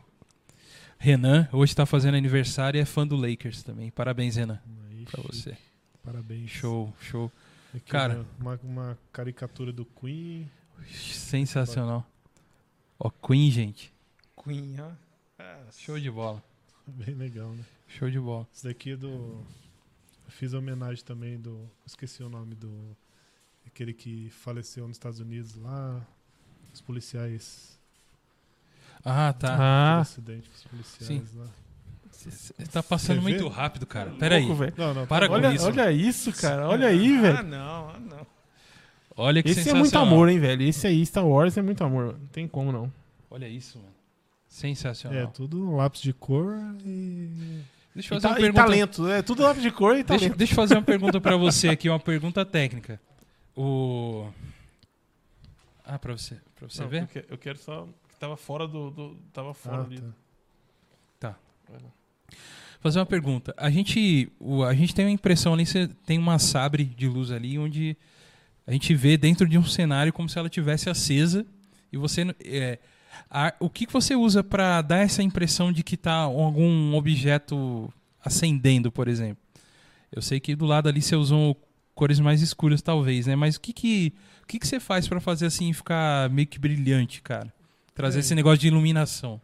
S1: Renan. Hoje tá fazendo aniversário e é fã do Lakers também. Parabéns, Renan,
S4: Aí,
S1: pra
S4: chique.
S1: você.
S4: Parabéns.
S1: Show, show.
S4: Aqui,
S1: Cara.
S4: né, Uma, uma caricatura do Queen.
S1: Sensacional. Ó, Queen, gente.
S5: Queen, ó. Ah,
S1: Show de bola.
S4: Bem legal, né?
S1: Show de bola.
S4: Esse daqui é do. eu Fiz homenagem também do. Esqueci o nome do. Aquele que faleceu nos Estados Unidos lá. Os policiais.
S1: Ah, tá.
S4: Ah.
S2: Ah,
S4: acidente com os policiais lá.
S1: Você tá passando
S4: Você vê?
S1: muito rápido, cara. Pera aí.
S2: louco, Um velho.
S4: Não, não.
S1: Para
S4: tá bom.
S1: com
S2: Olha,
S1: isso.
S2: olha isso, cara. Olha
S4: é
S2: aí,
S5: Ah,
S2: velho.
S5: não, ah, não.
S1: Olha que
S2: Esse é
S1: sensacional.
S2: muito amor, hein, velho. Esse aí, Star Wars, é muito amor. mano. Não tem como, não.
S1: Olha isso, mano.
S2: Então,
S1: Sensacional.
S4: É, tudo um lápis de cor e.
S1: Deixa eu
S2: E,
S1: fazer
S2: ta-
S1: uma
S2: e
S1: pergunta.
S2: talento. É tudo lápis de cor e
S1: Deixa,
S2: talento.
S1: deixa eu fazer uma pergunta pra você aqui, uma pergunta técnica. O Ah, pra você, pra você
S2: Não,
S1: ver?
S2: Eu, que- eu quero
S5: Ah,
S2: só... que Tava fora do... do- tava fora
S4: Ah,
S2: ali.
S4: tá.
S1: Fazer uma pergunta. A gente, o- a gente tem uma impressão ali, você tem uma sabre de luz ali onde a gente vê dentro de um cenário como se ela tivesse acesa e você n- é, a- o que que você usa pra dar essa impressão de que tá algum objeto acendendo, por exemplo? Eu sei que do lado ali você usou cores mais escuras talvez, né? Mas o que que o que que você faz pra fazer assim ficar meio que brilhante, cara? Trazer
S4: É.
S1: esse negócio de iluminação.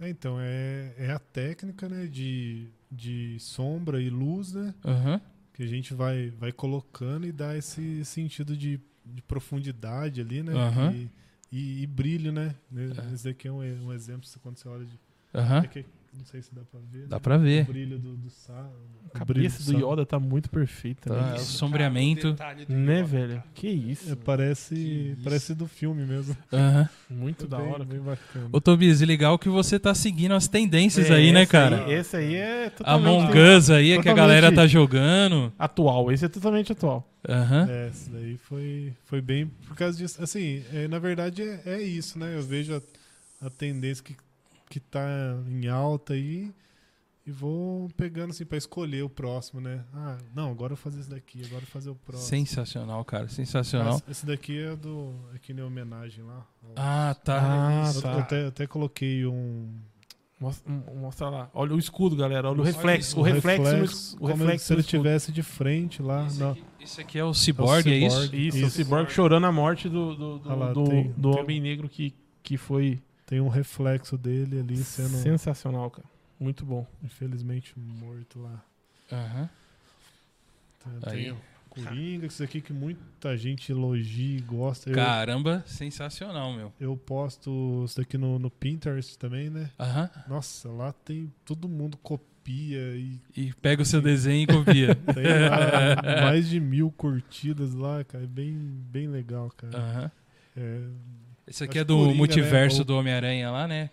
S4: É, então, é, é a técnica, né? De, de sombra e luz, né?
S1: Aham.
S4: que a gente vai, vai colocando e dá esse sentido de, de profundidade ali, né?
S1: Aham.
S4: E, e- e brilho, né?
S1: É.
S4: Esse daqui é um, e- um exemplo se quando você olha de.
S1: Aham.
S4: é que- não sei se dá pra ver.
S1: Dá
S4: né?
S1: pra ver.
S4: O brilho do, do sal.
S2: A
S4: o brilho
S2: cabeça do
S4: sal.
S2: Yoda tá muito perfeita,
S1: Tá.
S2: né?
S1: É, o
S5: Isso,
S1: sombreamento.
S5: cara, o detalhe do
S2: Né,
S5: Yoda,
S2: velho?
S5: cara.
S2: Que isso.
S4: É, parece, parece do filme mesmo.
S1: Aham.
S2: Muito
S4: É
S2: da
S4: bem-
S2: hora.
S4: Bem bacana.
S1: Ô Tobias, e legal que você tá seguindo as tendências aí, né,
S4: É,
S2: esse
S1: cara?
S2: aí- esse aí é totalmente
S1: Among Us aí, é que a
S2: totalmente-
S1: galera tá jogando.
S2: atual. Esse é totalmente atual.
S1: Aham.
S4: É, isso daí foi, foi bem por causa disso. Assim, é, na verdade é, é isso, né? Eu vejo a, a tendência que, que tá em alta aí E vou pegando assim pra escolher o próximo, né? Ah, não, agora eu vou fazer esse daqui, agora eu vou fazer o próximo.
S1: Sensacional, cara. Sensacional.
S4: Esse- Esse daqui é do. É que nem homenagem lá.
S1: Ah, tá.
S2: Ah,
S4: eu,
S2: tá.
S4: eu até, eu até coloquei um.
S2: Mostra, mostra lá. Olha o escudo, galera. Olha o
S4: Olha
S2: reflexo.
S3: isso.
S2: O reflexo, no es- o
S4: um como
S2: reflexo
S4: se
S2: no escudo.
S4: ele estivesse de frente lá.
S1: Esse
S4: na-
S1: aqui, esse aqui é o Cyborg, é, isso?
S4: Cyborg.
S2: Isso, o
S4: Isso.
S2: Cyborg chorando a morte do, do, do,
S4: Ah lá,
S2: do-
S4: tem-
S2: do
S4: tem
S2: homem negro que, que foi
S4: Tem um reflexo dele ali sendo,
S2: sensacional, cara. Muito bom.
S4: infelizmente, morto lá. Tá,
S1: Aham.
S4: Tem-
S1: Aí.
S4: Tem o Coringa, isso aqui que muita gente elogia e gosta. Eu,
S1: Caramba, sensacional, meu.
S4: eu posto isso daqui no, no Pinterest também, né?
S1: Aham.
S4: Nossa, lá tem. Todo mundo copia e
S1: E pega o seu desenho e copia.
S4: tem lá mais de mil curtidas lá, cara. É bem, bem legal, cara.
S1: Aham.
S4: É,
S1: Esse aqui
S4: Acho
S1: é
S4: que
S1: do
S4: Coringa, né?
S1: multiverso
S4: Ou-
S1: do Homem-Aranha lá, né?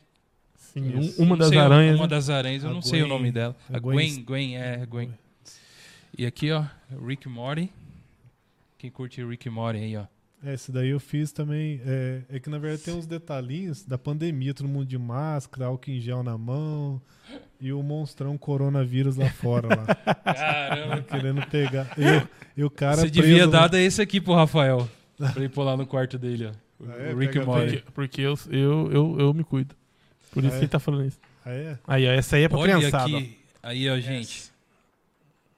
S2: Sim,
S4: Isso.
S2: um- uma
S1: Não
S2: das
S1: sei o-
S2: aranhas.
S1: Uma
S2: né?
S1: das aranhas, eu
S4: A
S1: não sei o
S4: Gwen-
S1: nome dela.
S4: a
S1: A Gwen,
S4: Gwen-
S1: Gwen, é, Gwen. E aqui, ó, Rick Morty. Quem curte Rick Morty aí, ó.
S4: É, Esse daí eu fiz também. É, é que na verdade tem uns detalhinhos da pandemia, todo mundo de máscara, álcool em gel na mão e o monstrão coronavírus lá fora, lá,
S1: Caramba.
S4: querendo pegar. E, o- e o cara. é
S1: Você devia
S4: preso, né?
S1: dar esse aqui pro Rafael. Pra ele pôr lá no quarto dele, ó. O
S4: Ah, é?
S1: Rick
S4: Pega
S1: Morty.
S2: Porque, porque eu, eu, eu, eu me cuido. Por isso
S4: É.
S2: que ele tá falando isso.
S4: Ah, é?
S2: Aí, ó, essa aí é pra
S1: Olha
S2: criançada. ó.
S1: aqui. Aí, ó, gente.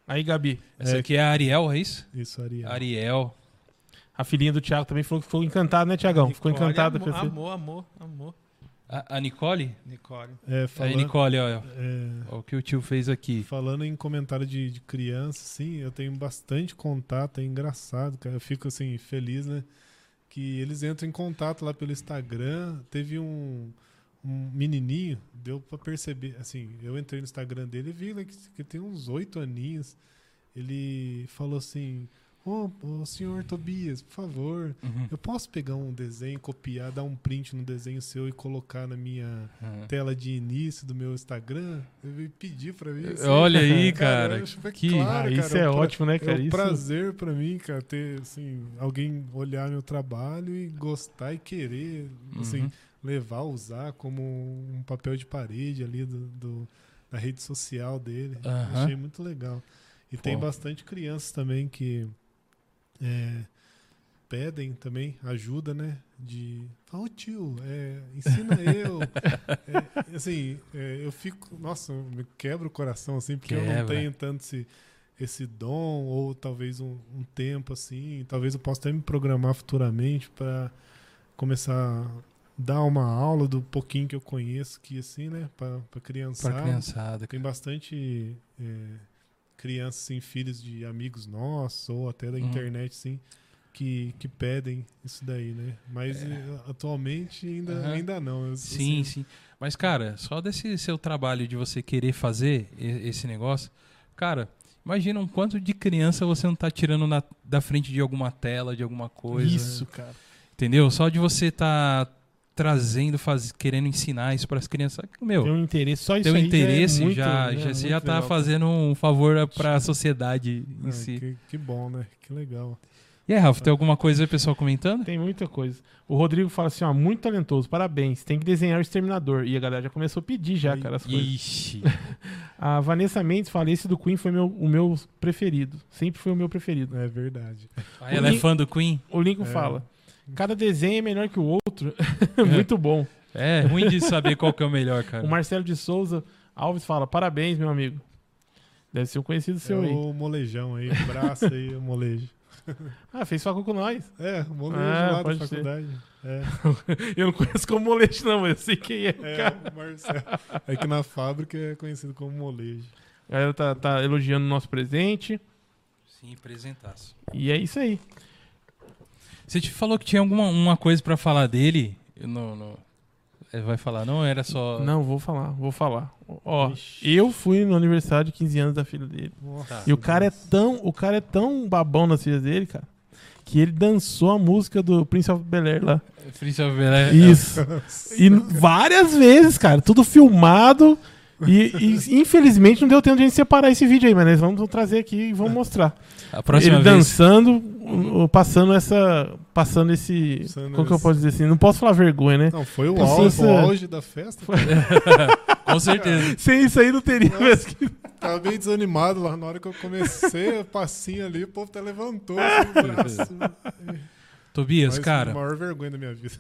S2: Aí, Gabi.
S1: Essa
S4: É.
S1: aqui é a Ariel, é isso?
S4: Isso, Ariel.
S1: Ariel.
S2: A filhinha do Thiago também falou que ficou encantada, né, Tiagão? Ficou
S5: Nicole
S2: encantada com
S5: amou,
S2: esse.
S5: amou, amou, amou,
S1: A, a Nicole?
S5: Nicole.
S4: É,
S1: Aí,
S4: falando,
S1: Nicole, ó, ó.
S4: é,
S1: Ó, O que o tio fez aqui.
S4: falando em comentário de, de criança, sim, eu tenho bastante contato, é engraçado, cara. Eu fico assim, feliz, né? Que eles entram em contato lá pelo Instagram. Teve um, um menininho, deu pra perceber, assim, eu entrei no Instagram dele e vi né, que, que tem uns oito aninhos. Ele falou assim: Ô, ô, senhor Tobias, por favor,
S1: Uhum.
S4: eu posso pegar um desenho, copiar, dar um print no desenho seu e colocar na minha
S1: Uhum.
S4: tela de início do meu Instagram, eu vim pedir pra mim. assim,
S1: Olha aí,
S4: eu
S1: cara.
S4: acho que-
S1: que-
S2: Ah,
S4: claro,
S2: isso
S4: cara,
S2: é
S4: um pra-
S2: ótimo, né,
S4: É
S2: cara?
S4: um
S2: Isso-
S4: prazer pra mim, cara, ter assim, alguém olhar meu trabalho e gostar e querer, assim,
S1: Uhum.
S4: levar, usar como um papel de parede ali do, do- da rede social dele.
S1: Aham.
S4: Achei muito legal. E tem
S1: Pô.
S4: bastante crianças também que é, pedem também ajuda, né? De fala, ô tio, é, ensina eu. É, assim, é, eu fico, nossa, me quebra o coração assim, porque eu não
S1: Quebra.
S4: tenho tanto esse, esse dom, ou talvez um, um tempo assim. Talvez eu possa até me programar futuramente para começar a dar uma aula do pouquinho que eu conheço aqui, assim, né? Para criançada.
S1: Pra criançada.
S4: É, Tem bastante é, crianças, assim, filhos de amigos nossos, ou até da
S1: Uhum.
S4: internet, assim, que, que pedem isso daí, né? Mas
S1: É.
S4: eh, atualmente ainda,
S1: Aham.
S4: ainda não. Eu-
S1: Sim,
S4: assim,
S1: sim. Mas, cara, só desse seu trabalho de você querer fazer e- esse negócio, cara, imagina um quanto de criança você não tá tirando na- da frente de alguma tela, de alguma coisa.
S2: Isso, cara.
S1: Entendeu? Só de você tá trazendo, faz, querendo ensinar isso para as crianças. Meu,
S2: Tem um interesse, só isso
S1: teu
S2: aí
S1: interesse
S2: já, é muito,
S1: já,
S2: né,
S1: já, você
S2: muito
S1: já tá
S2: legal, cara.
S1: fazendo um favor para a sociedade em
S4: ah,
S1: si.
S4: que, que bom, né? Que legal.
S1: E aí, Rafa, tem alguma coisa aí, pessoal, comentando?
S2: Tem muita coisa. O Rodrigo fala assim, ó, muito talentoso, parabéns. Tem que desenhar o Exterminador. E a galera já começou a pedir já, cara, as coisas.
S1: Ixi.
S2: A Vanessa Mendes fala, esse do Queen foi meu, o meu preferido. Sempre foi o meu preferido.
S4: É verdade.
S1: Ah, ela é fã do Queen?
S2: O Lincoln
S4: É.
S2: fala, cada desenho é melhor que o outro. muito bom.
S1: É, ruim de saber qual que é o melhor, cara.
S2: O Marcelo de Souza Alves fala, parabéns, meu amigo. Deve ser um conhecido seu
S4: é
S2: aí.
S4: o molejão aí, o braço aí, o molejo.
S2: Ah, fez facu com nós.
S4: É, o molejo
S2: Ah,
S4: lá da
S2: pode ser.
S4: faculdade. É,
S2: Eu não conheço como molejo, não, mas eu sei quem é.
S4: é, o Marcelo. É que na fábrica é conhecido como molejo.
S2: A galera tá, tá elogiando o nosso presente.
S1: Sim, apresentaço.
S2: E é isso aí.
S1: Você te falou que tinha alguma uma coisa pra falar dele? Eu Não, não. É, Vai falar, não? Era só.
S2: Não, vou falar, vou falar. Ó, eu fui no aniversário de 15 anos da filha dele.
S4: Nossa.
S2: E o cara é tão, o cara é tão babão nas filhas dele, cara, que ele dançou a música do Prince of Bel-Air lá.
S1: Príncipe Abelé-
S2: Isso. E n- várias vezes, cara, tudo filmado. E, e, infelizmente não deu tempo de a gente separar esse vídeo aí, mas nós vamos trazer aqui e vamos mostrar.
S1: A próxima
S2: ele
S1: vez.
S2: dançando, o- o- passando essa passando esse.
S4: Passando
S2: como que eu
S4: esse-
S2: posso dizer assim? Não posso falar vergonha, né?
S4: Não, foi o,
S2: Passou
S4: auge,
S2: essa-
S4: o auge da festa.
S1: Com certeza.
S2: Sem isso aí não teria mesmo. que-
S4: Tava bem desanimado lá na hora que eu comecei, o passinho ali, o povo até levantou assim, o braço.
S1: Tobias,
S4: Mas
S1: cara,
S4: A maior vergonha da minha vida.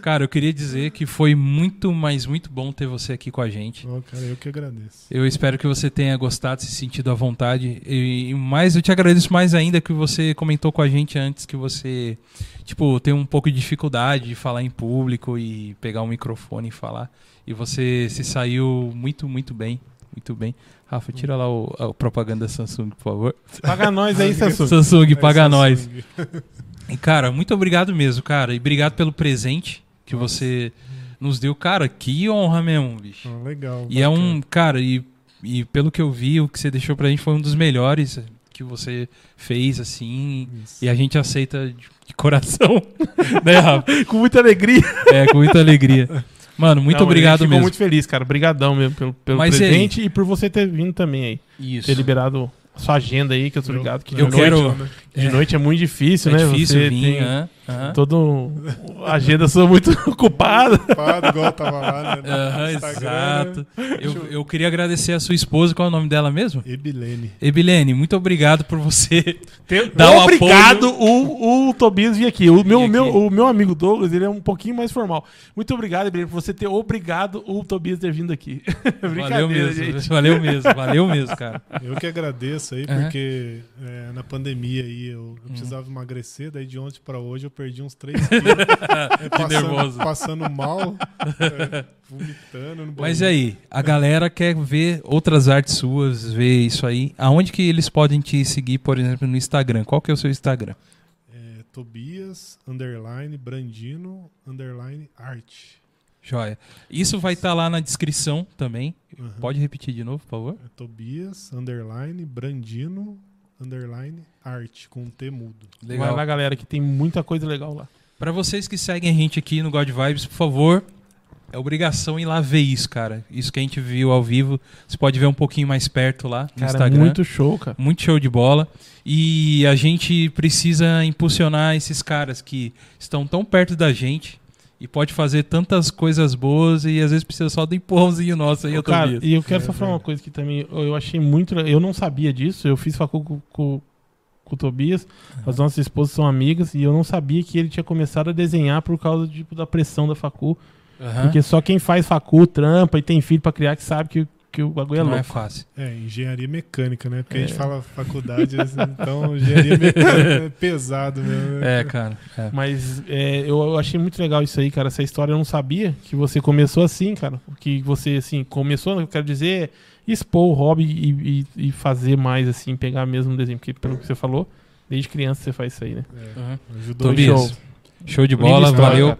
S1: cara, eu queria dizer que foi muito, mas muito bom ter você aqui com a gente.
S4: Não, cara, eu que agradeço.
S1: Eu espero que você tenha gostado, se sentido à vontade. E e mais, eu te agradeço mais ainda que você comentou com a gente antes que você, tipo, tem um pouco de dificuldade de falar em público e pegar um microfone e falar. E você se saiu muito, muito bem. Muito bem. Rafa, tira lá o, a propaganda Samsung, por favor.
S2: Paga nós aí, Samsung.
S1: Samsung,
S4: Aí,
S1: paga
S4: Samsung.
S1: nós. E, cara, muito obrigado mesmo, cara. E obrigado pelo presente que você nos deu. Cara, que honra mesmo, bicho.
S4: Ah, legal.
S1: E é um,
S4: bacana.
S1: cara, e, e pelo que eu vi, o que você deixou pra gente foi um dos melhores que você fez, assim.
S4: Isso.
S1: E a gente aceita de, de coração, né, Rafa?
S2: Com muita alegria.
S1: É, com muita alegria. Mano, muito
S2: Não, a gente
S1: obrigado
S2: ficou
S1: mesmo.
S2: muito feliz, cara. Obrigadão mesmo pelo, pelo
S1: Mas e aí?
S2: presente e por você ter vindo também aí.
S1: Isso.
S2: Ter liberado a sua agenda aí, que eu tô ligado que de,
S1: eu
S2: noite,
S1: quero-
S4: né?
S2: de noite é muito difícil,
S1: É
S2: né?
S1: difícil
S2: você
S1: vir,
S2: tem
S1: aham, aham.
S2: toda a um, agenda sua muito ocupada.
S4: Ocupado, igual eu tava lá, né? no
S1: Aham,
S4: Instagram, né?
S1: exato. Eu, eu queria agradecer a sua esposa, qual é o nome dela mesmo?
S4: Ebilene.
S1: Ebilene, muito obrigado por você. Dá um
S2: Obrigado, o, o Tobias vir aqui. O meu,
S1: aqui.
S2: meu, o meu amigo Douglas, ele é um pouquinho mais formal. Muito obrigado, Ebreno, por você ter obrigado o Tobias ter vindo aqui.
S1: Valeu
S2: Brincadeira,
S1: mesmo,
S2: gente.
S1: valeu mesmo, valeu mesmo, cara.
S4: Eu que agradeço aí,
S1: Aham. Hum.
S4: porque é, na pandemia aí eu, eu precisava emagrecer, daí de ontem pra hoje eu perdi uns 3 quilos. É, passando,
S1: nervoso.
S4: Passando mal, é, vomitando. No
S1: Mas é e
S4: banheiro.
S1: aí, a galera quer ver outras artes suas, ver isso aí. Aonde que eles podem te seguir, por exemplo, no Instagram? Qual que é o seu Instagram?
S4: É, Tobias, underline, Brandino, underline, arte.
S1: Joia. Isso vai estar lá na descrição também.
S4: Aham.
S1: Pode repetir de novo, por favor?
S4: É Tobias, underline, Brandino, underline, arte, com um T mudo.
S2: Vai lá, galera, que tem muita coisa legal lá.
S1: Pra vocês que seguem a gente aqui no God Vibes, por favor, é obrigação ir lá ver isso, cara. Isso que a gente viu ao vivo, você pode ver um pouquinho mais perto lá no
S2: Cara,
S1: Instagram.
S2: muito show, cara.
S1: Muito show de bola. E a gente precisa impulsionar esses caras que estão tão perto da gente e pode fazer tantas coisas boas e às vezes precisa só do empurrãozinho nosso aí, eu tô
S2: Cara,
S1: vendo.
S2: e eu quero
S4: É
S2: só falar uma
S4: verdade.
S2: coisa que também eu eu achei muito. le- Eu não sabia disso. Eu fiz facul com, com, com o Tobias. As nossas esposas são amigas. E eu não sabia que ele tinha começado a desenhar por causa tipo, da pressão da facul.
S1: Aham.
S2: Porque só quem faz facul, trampa e tem filho pra criar que sabe que, que o bagulho é
S1: Não é
S2: louco.
S1: fácil.
S4: É, engenharia mecânica, né? Porque a
S2: É.
S4: gente fala faculdade, assim, então engenharia mecânica é pesado mesmo. né?
S1: É, cara. é.
S2: Mas é, eu, eu achei muito legal isso aí, cara. Essa história eu não sabia que você começou assim, cara. Que você, assim, começou, eu quero dizer, expor o hobby e, e- e fazer mais, assim, pegar mesmo o desenho. Porque, pelo que você falou, desde criança você faz isso aí, né?
S4: É,
S1: Aham.
S4: ajudou
S1: Tobias,
S2: show.
S1: show. de
S2: Linda
S1: bola,
S2: história,
S1: valeu.
S2: cara.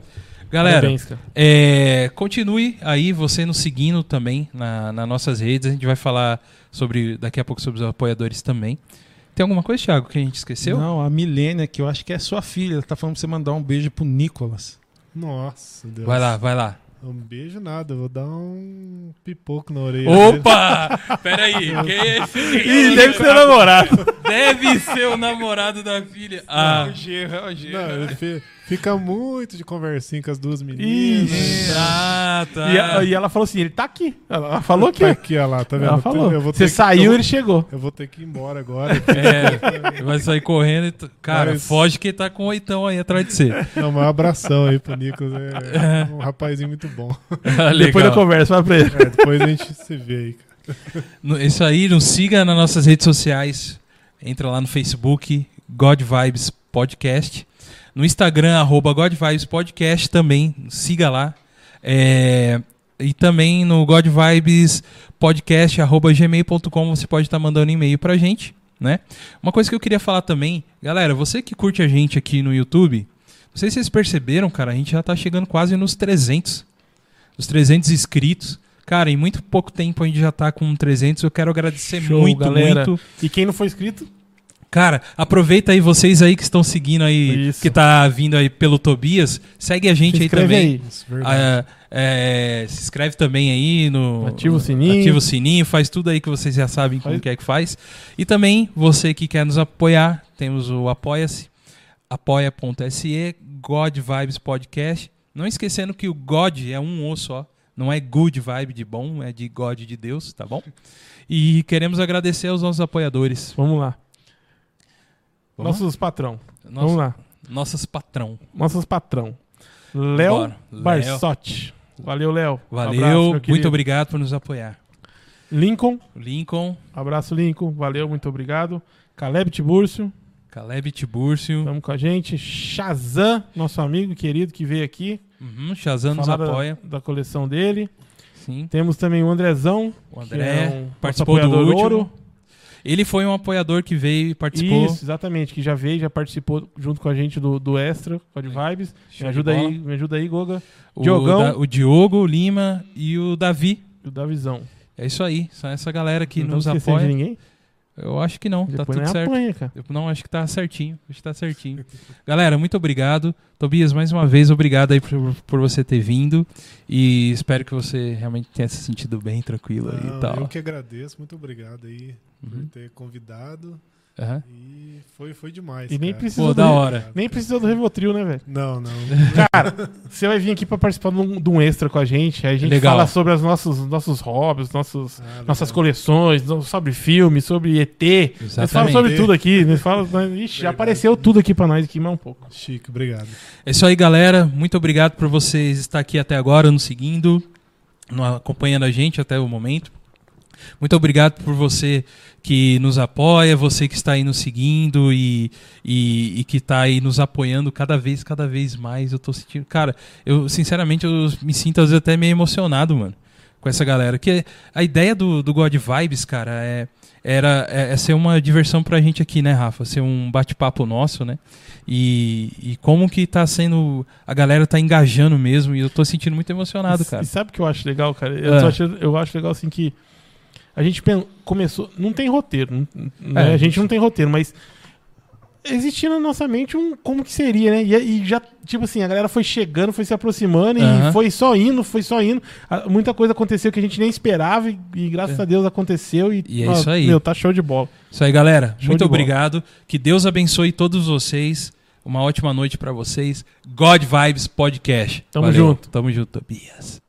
S1: Galera,
S2: Parabéns, cara.
S1: É, continue aí você nos seguindo também na, nas nossas redes. A gente vai falar sobre daqui a pouco sobre os apoiadores também. Tem alguma coisa, Thiago, que a gente esqueceu?
S5: Não, a Milênia, que eu acho que é sua filha, ela tá falando pra você mandar um beijo pro Nicolas.
S4: Nossa, Deus.
S1: Vai lá, vai lá.
S4: Um beijo nada, eu vou dar um pipoco na orelha.
S1: Opa! Peraí, quem é esse?
S2: Ih, deve
S1: Tá.
S2: ser namorado.
S1: Deve ser o namorado da filha.
S5: É
S1: Ah,
S4: dele. Não, ele fi- fica muito de conversinha com as duas meninas. Né?
S2: Ixi.
S1: ah tá.
S2: E, a- e ela falou assim: ele tá aqui. Ela falou que.
S4: Tá aqui, ó lá, tá vendo?
S2: Ela falou.
S4: Eu vou ter
S2: Você
S4: que-
S2: saiu,
S4: eu,
S2: ele chegou.
S4: Eu vou ter que ir embora agora.
S1: É, vai sair correndo. e t- Cara,
S4: Mas-
S1: foge que tá com o oitão aí atrás de você.
S4: Não, mas um abração aí pro Nicolas. É um rapazinho muito bom.
S2: Depois da
S1: Tá Legal.
S2: conversa, vai pra ele.
S4: É, depois a gente se vê aí, cara.
S1: No- Isso aí, nos siga nas nossas redes sociais. Entra lá no Facebook, God Vibes Podcast. No Instagram, arroba God Vibes Podcast também. Siga lá. É, E também no God Vibes Podcast, arroba gmail.com. Você pode estar mandando e-mail pra gente, né? Uma coisa que eu queria falar também, galera, você que curte a gente aqui no YouTube, não sei se vocês perceberam, cara, a gente já tá chegando quase nos 300. Os 300 inscritos. Cara, em muito pouco tempo a gente já tá com 300. Eu quero agradecer
S2: Show,
S1: muito,
S2: galera.
S1: muito.
S2: E quem não foi inscrito,
S1: Cara, aproveita aí vocês aí que estão seguindo aí,
S2: Isso.
S1: que tá vindo aí pelo Tobias. Segue a gente
S2: se
S1: aí
S2: inscreve
S1: também.
S2: aí.
S4: Isso, verdade.
S1: Ah, é, se inscreve também aí no.
S2: Ativa o sininho.
S1: Ativa o sininho, faz tudo aí que vocês já sabem como
S2: Faz-
S1: que é que faz. E também, você que quer nos apoiar, temos o Apoia-se. apoia.se, God Vibes Podcast. Não esquecendo que o God é um O só, não é good vibe de bom, é de God de Deus, tá bom? E queremos agradecer aos nossos apoiadores.
S2: Vamos lá.
S1: Vamos
S2: Nossos patrão.
S1: Nossa-
S2: Vamos lá.
S1: Nossas patrão.
S2: Nossos patrão. Léo
S1: Bora. Léo.
S2: Barsotti. Valeu, Léo.
S1: Valeu,
S2: Abraço, meu
S1: muito
S2: querido.
S1: obrigado por nos apoiar.
S2: Lincoln.
S1: Lincoln,
S2: Abraço, Lincoln. Valeu, muito obrigado. Caleb Tiburcio.
S1: Caleb Tibúrcio,
S2: Tamo com a gente. Shazam, nosso amigo querido que veio aqui.
S1: uhum, Shazam nos
S2: falar da-
S1: apoia.
S2: Da, coleção dele.
S1: Sim.
S2: Temos também o Andrezão.
S1: O
S2: que
S1: André
S2: é um
S1: participou do
S2: apoiador
S1: último.
S2: ouro.
S1: Ele foi um apoiador que veio e participou.
S2: Isso, exatamente, que já veio, já participou junto com a gente do, do Extra, Code Vibes.
S1: Show
S2: Me
S1: de
S2: ajuda
S1: bola.
S2: aí, me ajuda aí, Goga.
S1: O,
S2: Diogão.
S1: Da- o Diogo, o Lima e o Davi.
S2: E o da visão.
S1: É isso aí. São essa galera que
S2: não
S1: nos
S2: esquecendo de
S1: apoia.
S2: ninguém.
S1: Eu acho que não. tá
S2: Depois
S1: tudo
S2: não é
S1: certo.
S2: apanha, cara.
S1: Eu não, acho que tá certinho. Acho que tá certinho. Galera, muito obrigado. Tobias, mais uma vez, obrigado aí por, por você ter vindo. E espero que você realmente tenha se sentido bem, tranquilo
S4: Não,
S1: e tal.
S4: Eu que agradeço, muito obrigado aí
S1: Uhum.
S4: por ter convidado.
S1: Aham.
S4: E foi, foi demais.
S2: E nem
S4: cara.
S2: precisou
S1: Pô,
S2: do-
S1: da hora.
S2: Nem precisou do Revotril, né, velho?
S4: Não, não.
S2: Cara, você vai vir aqui pra participar de um, de um extra com a gente. Aí a gente
S1: Legal.
S2: fala sobre os nossos, nossos hobbies, nossos,
S4: Ah,
S2: nossas
S4: legal.
S2: coleções, no- sobre filmes, sobre ET. Nós falamos sobre
S4: Exatamente.
S2: tudo aqui. Nós fala, nós- ixi, já
S4: Verdade.
S2: apareceu tudo aqui pra nós aqui, mais um pouco.
S4: Chico, obrigado.
S1: É isso aí, galera. Muito obrigado por vocês estar aqui até agora, nos seguindo, no- acompanhando a gente até o momento. Muito obrigado por você que nos apoia, você que está aí nos seguindo e, e, e que está aí nos apoiando cada vez, cada vez mais. Eu tô sentindo. Cara, eu sinceramente eu me sinto às vezes até meio emocionado, mano, com essa galera. Que a ideia do, do God Vibes, cara, é, era, é, é ser uma diversão pra gente aqui, né, Rafa? Ser um bate-papo nosso, né? E, e como que tá sendo. A galera tá engajando mesmo e eu tô sentindo muito emocionado,
S2: E
S1: cara.
S2: sabe o que eu acho legal, cara? Eu,
S1: Ah.
S2: tô achando- eu acho legal assim que a gente pen- começou. Não tem roteiro. não- né?
S1: É,
S2: a gente não tem roteiro, mas existia na nossa mente um como que seria, né? E, e já, tipo assim, a galera foi chegando, foi se aproximando
S1: Aham.
S2: e foi só indo, foi só indo. Ah, Muita coisa aconteceu que a gente nem esperava e, e graças
S1: É.
S2: a Deus aconteceu. E,
S1: E é
S2: ó,
S1: isso aí.
S2: Meu, tá show de bola.
S1: Isso aí, galera.
S2: Show
S1: muito
S2: de bola.
S1: obrigado. Que Deus abençoe todos vocês. Uma ótima noite pra vocês. God Vibes Podcast.
S2: Tamo
S1: Valeu.
S2: junto.
S1: Tamo junto, Tobias.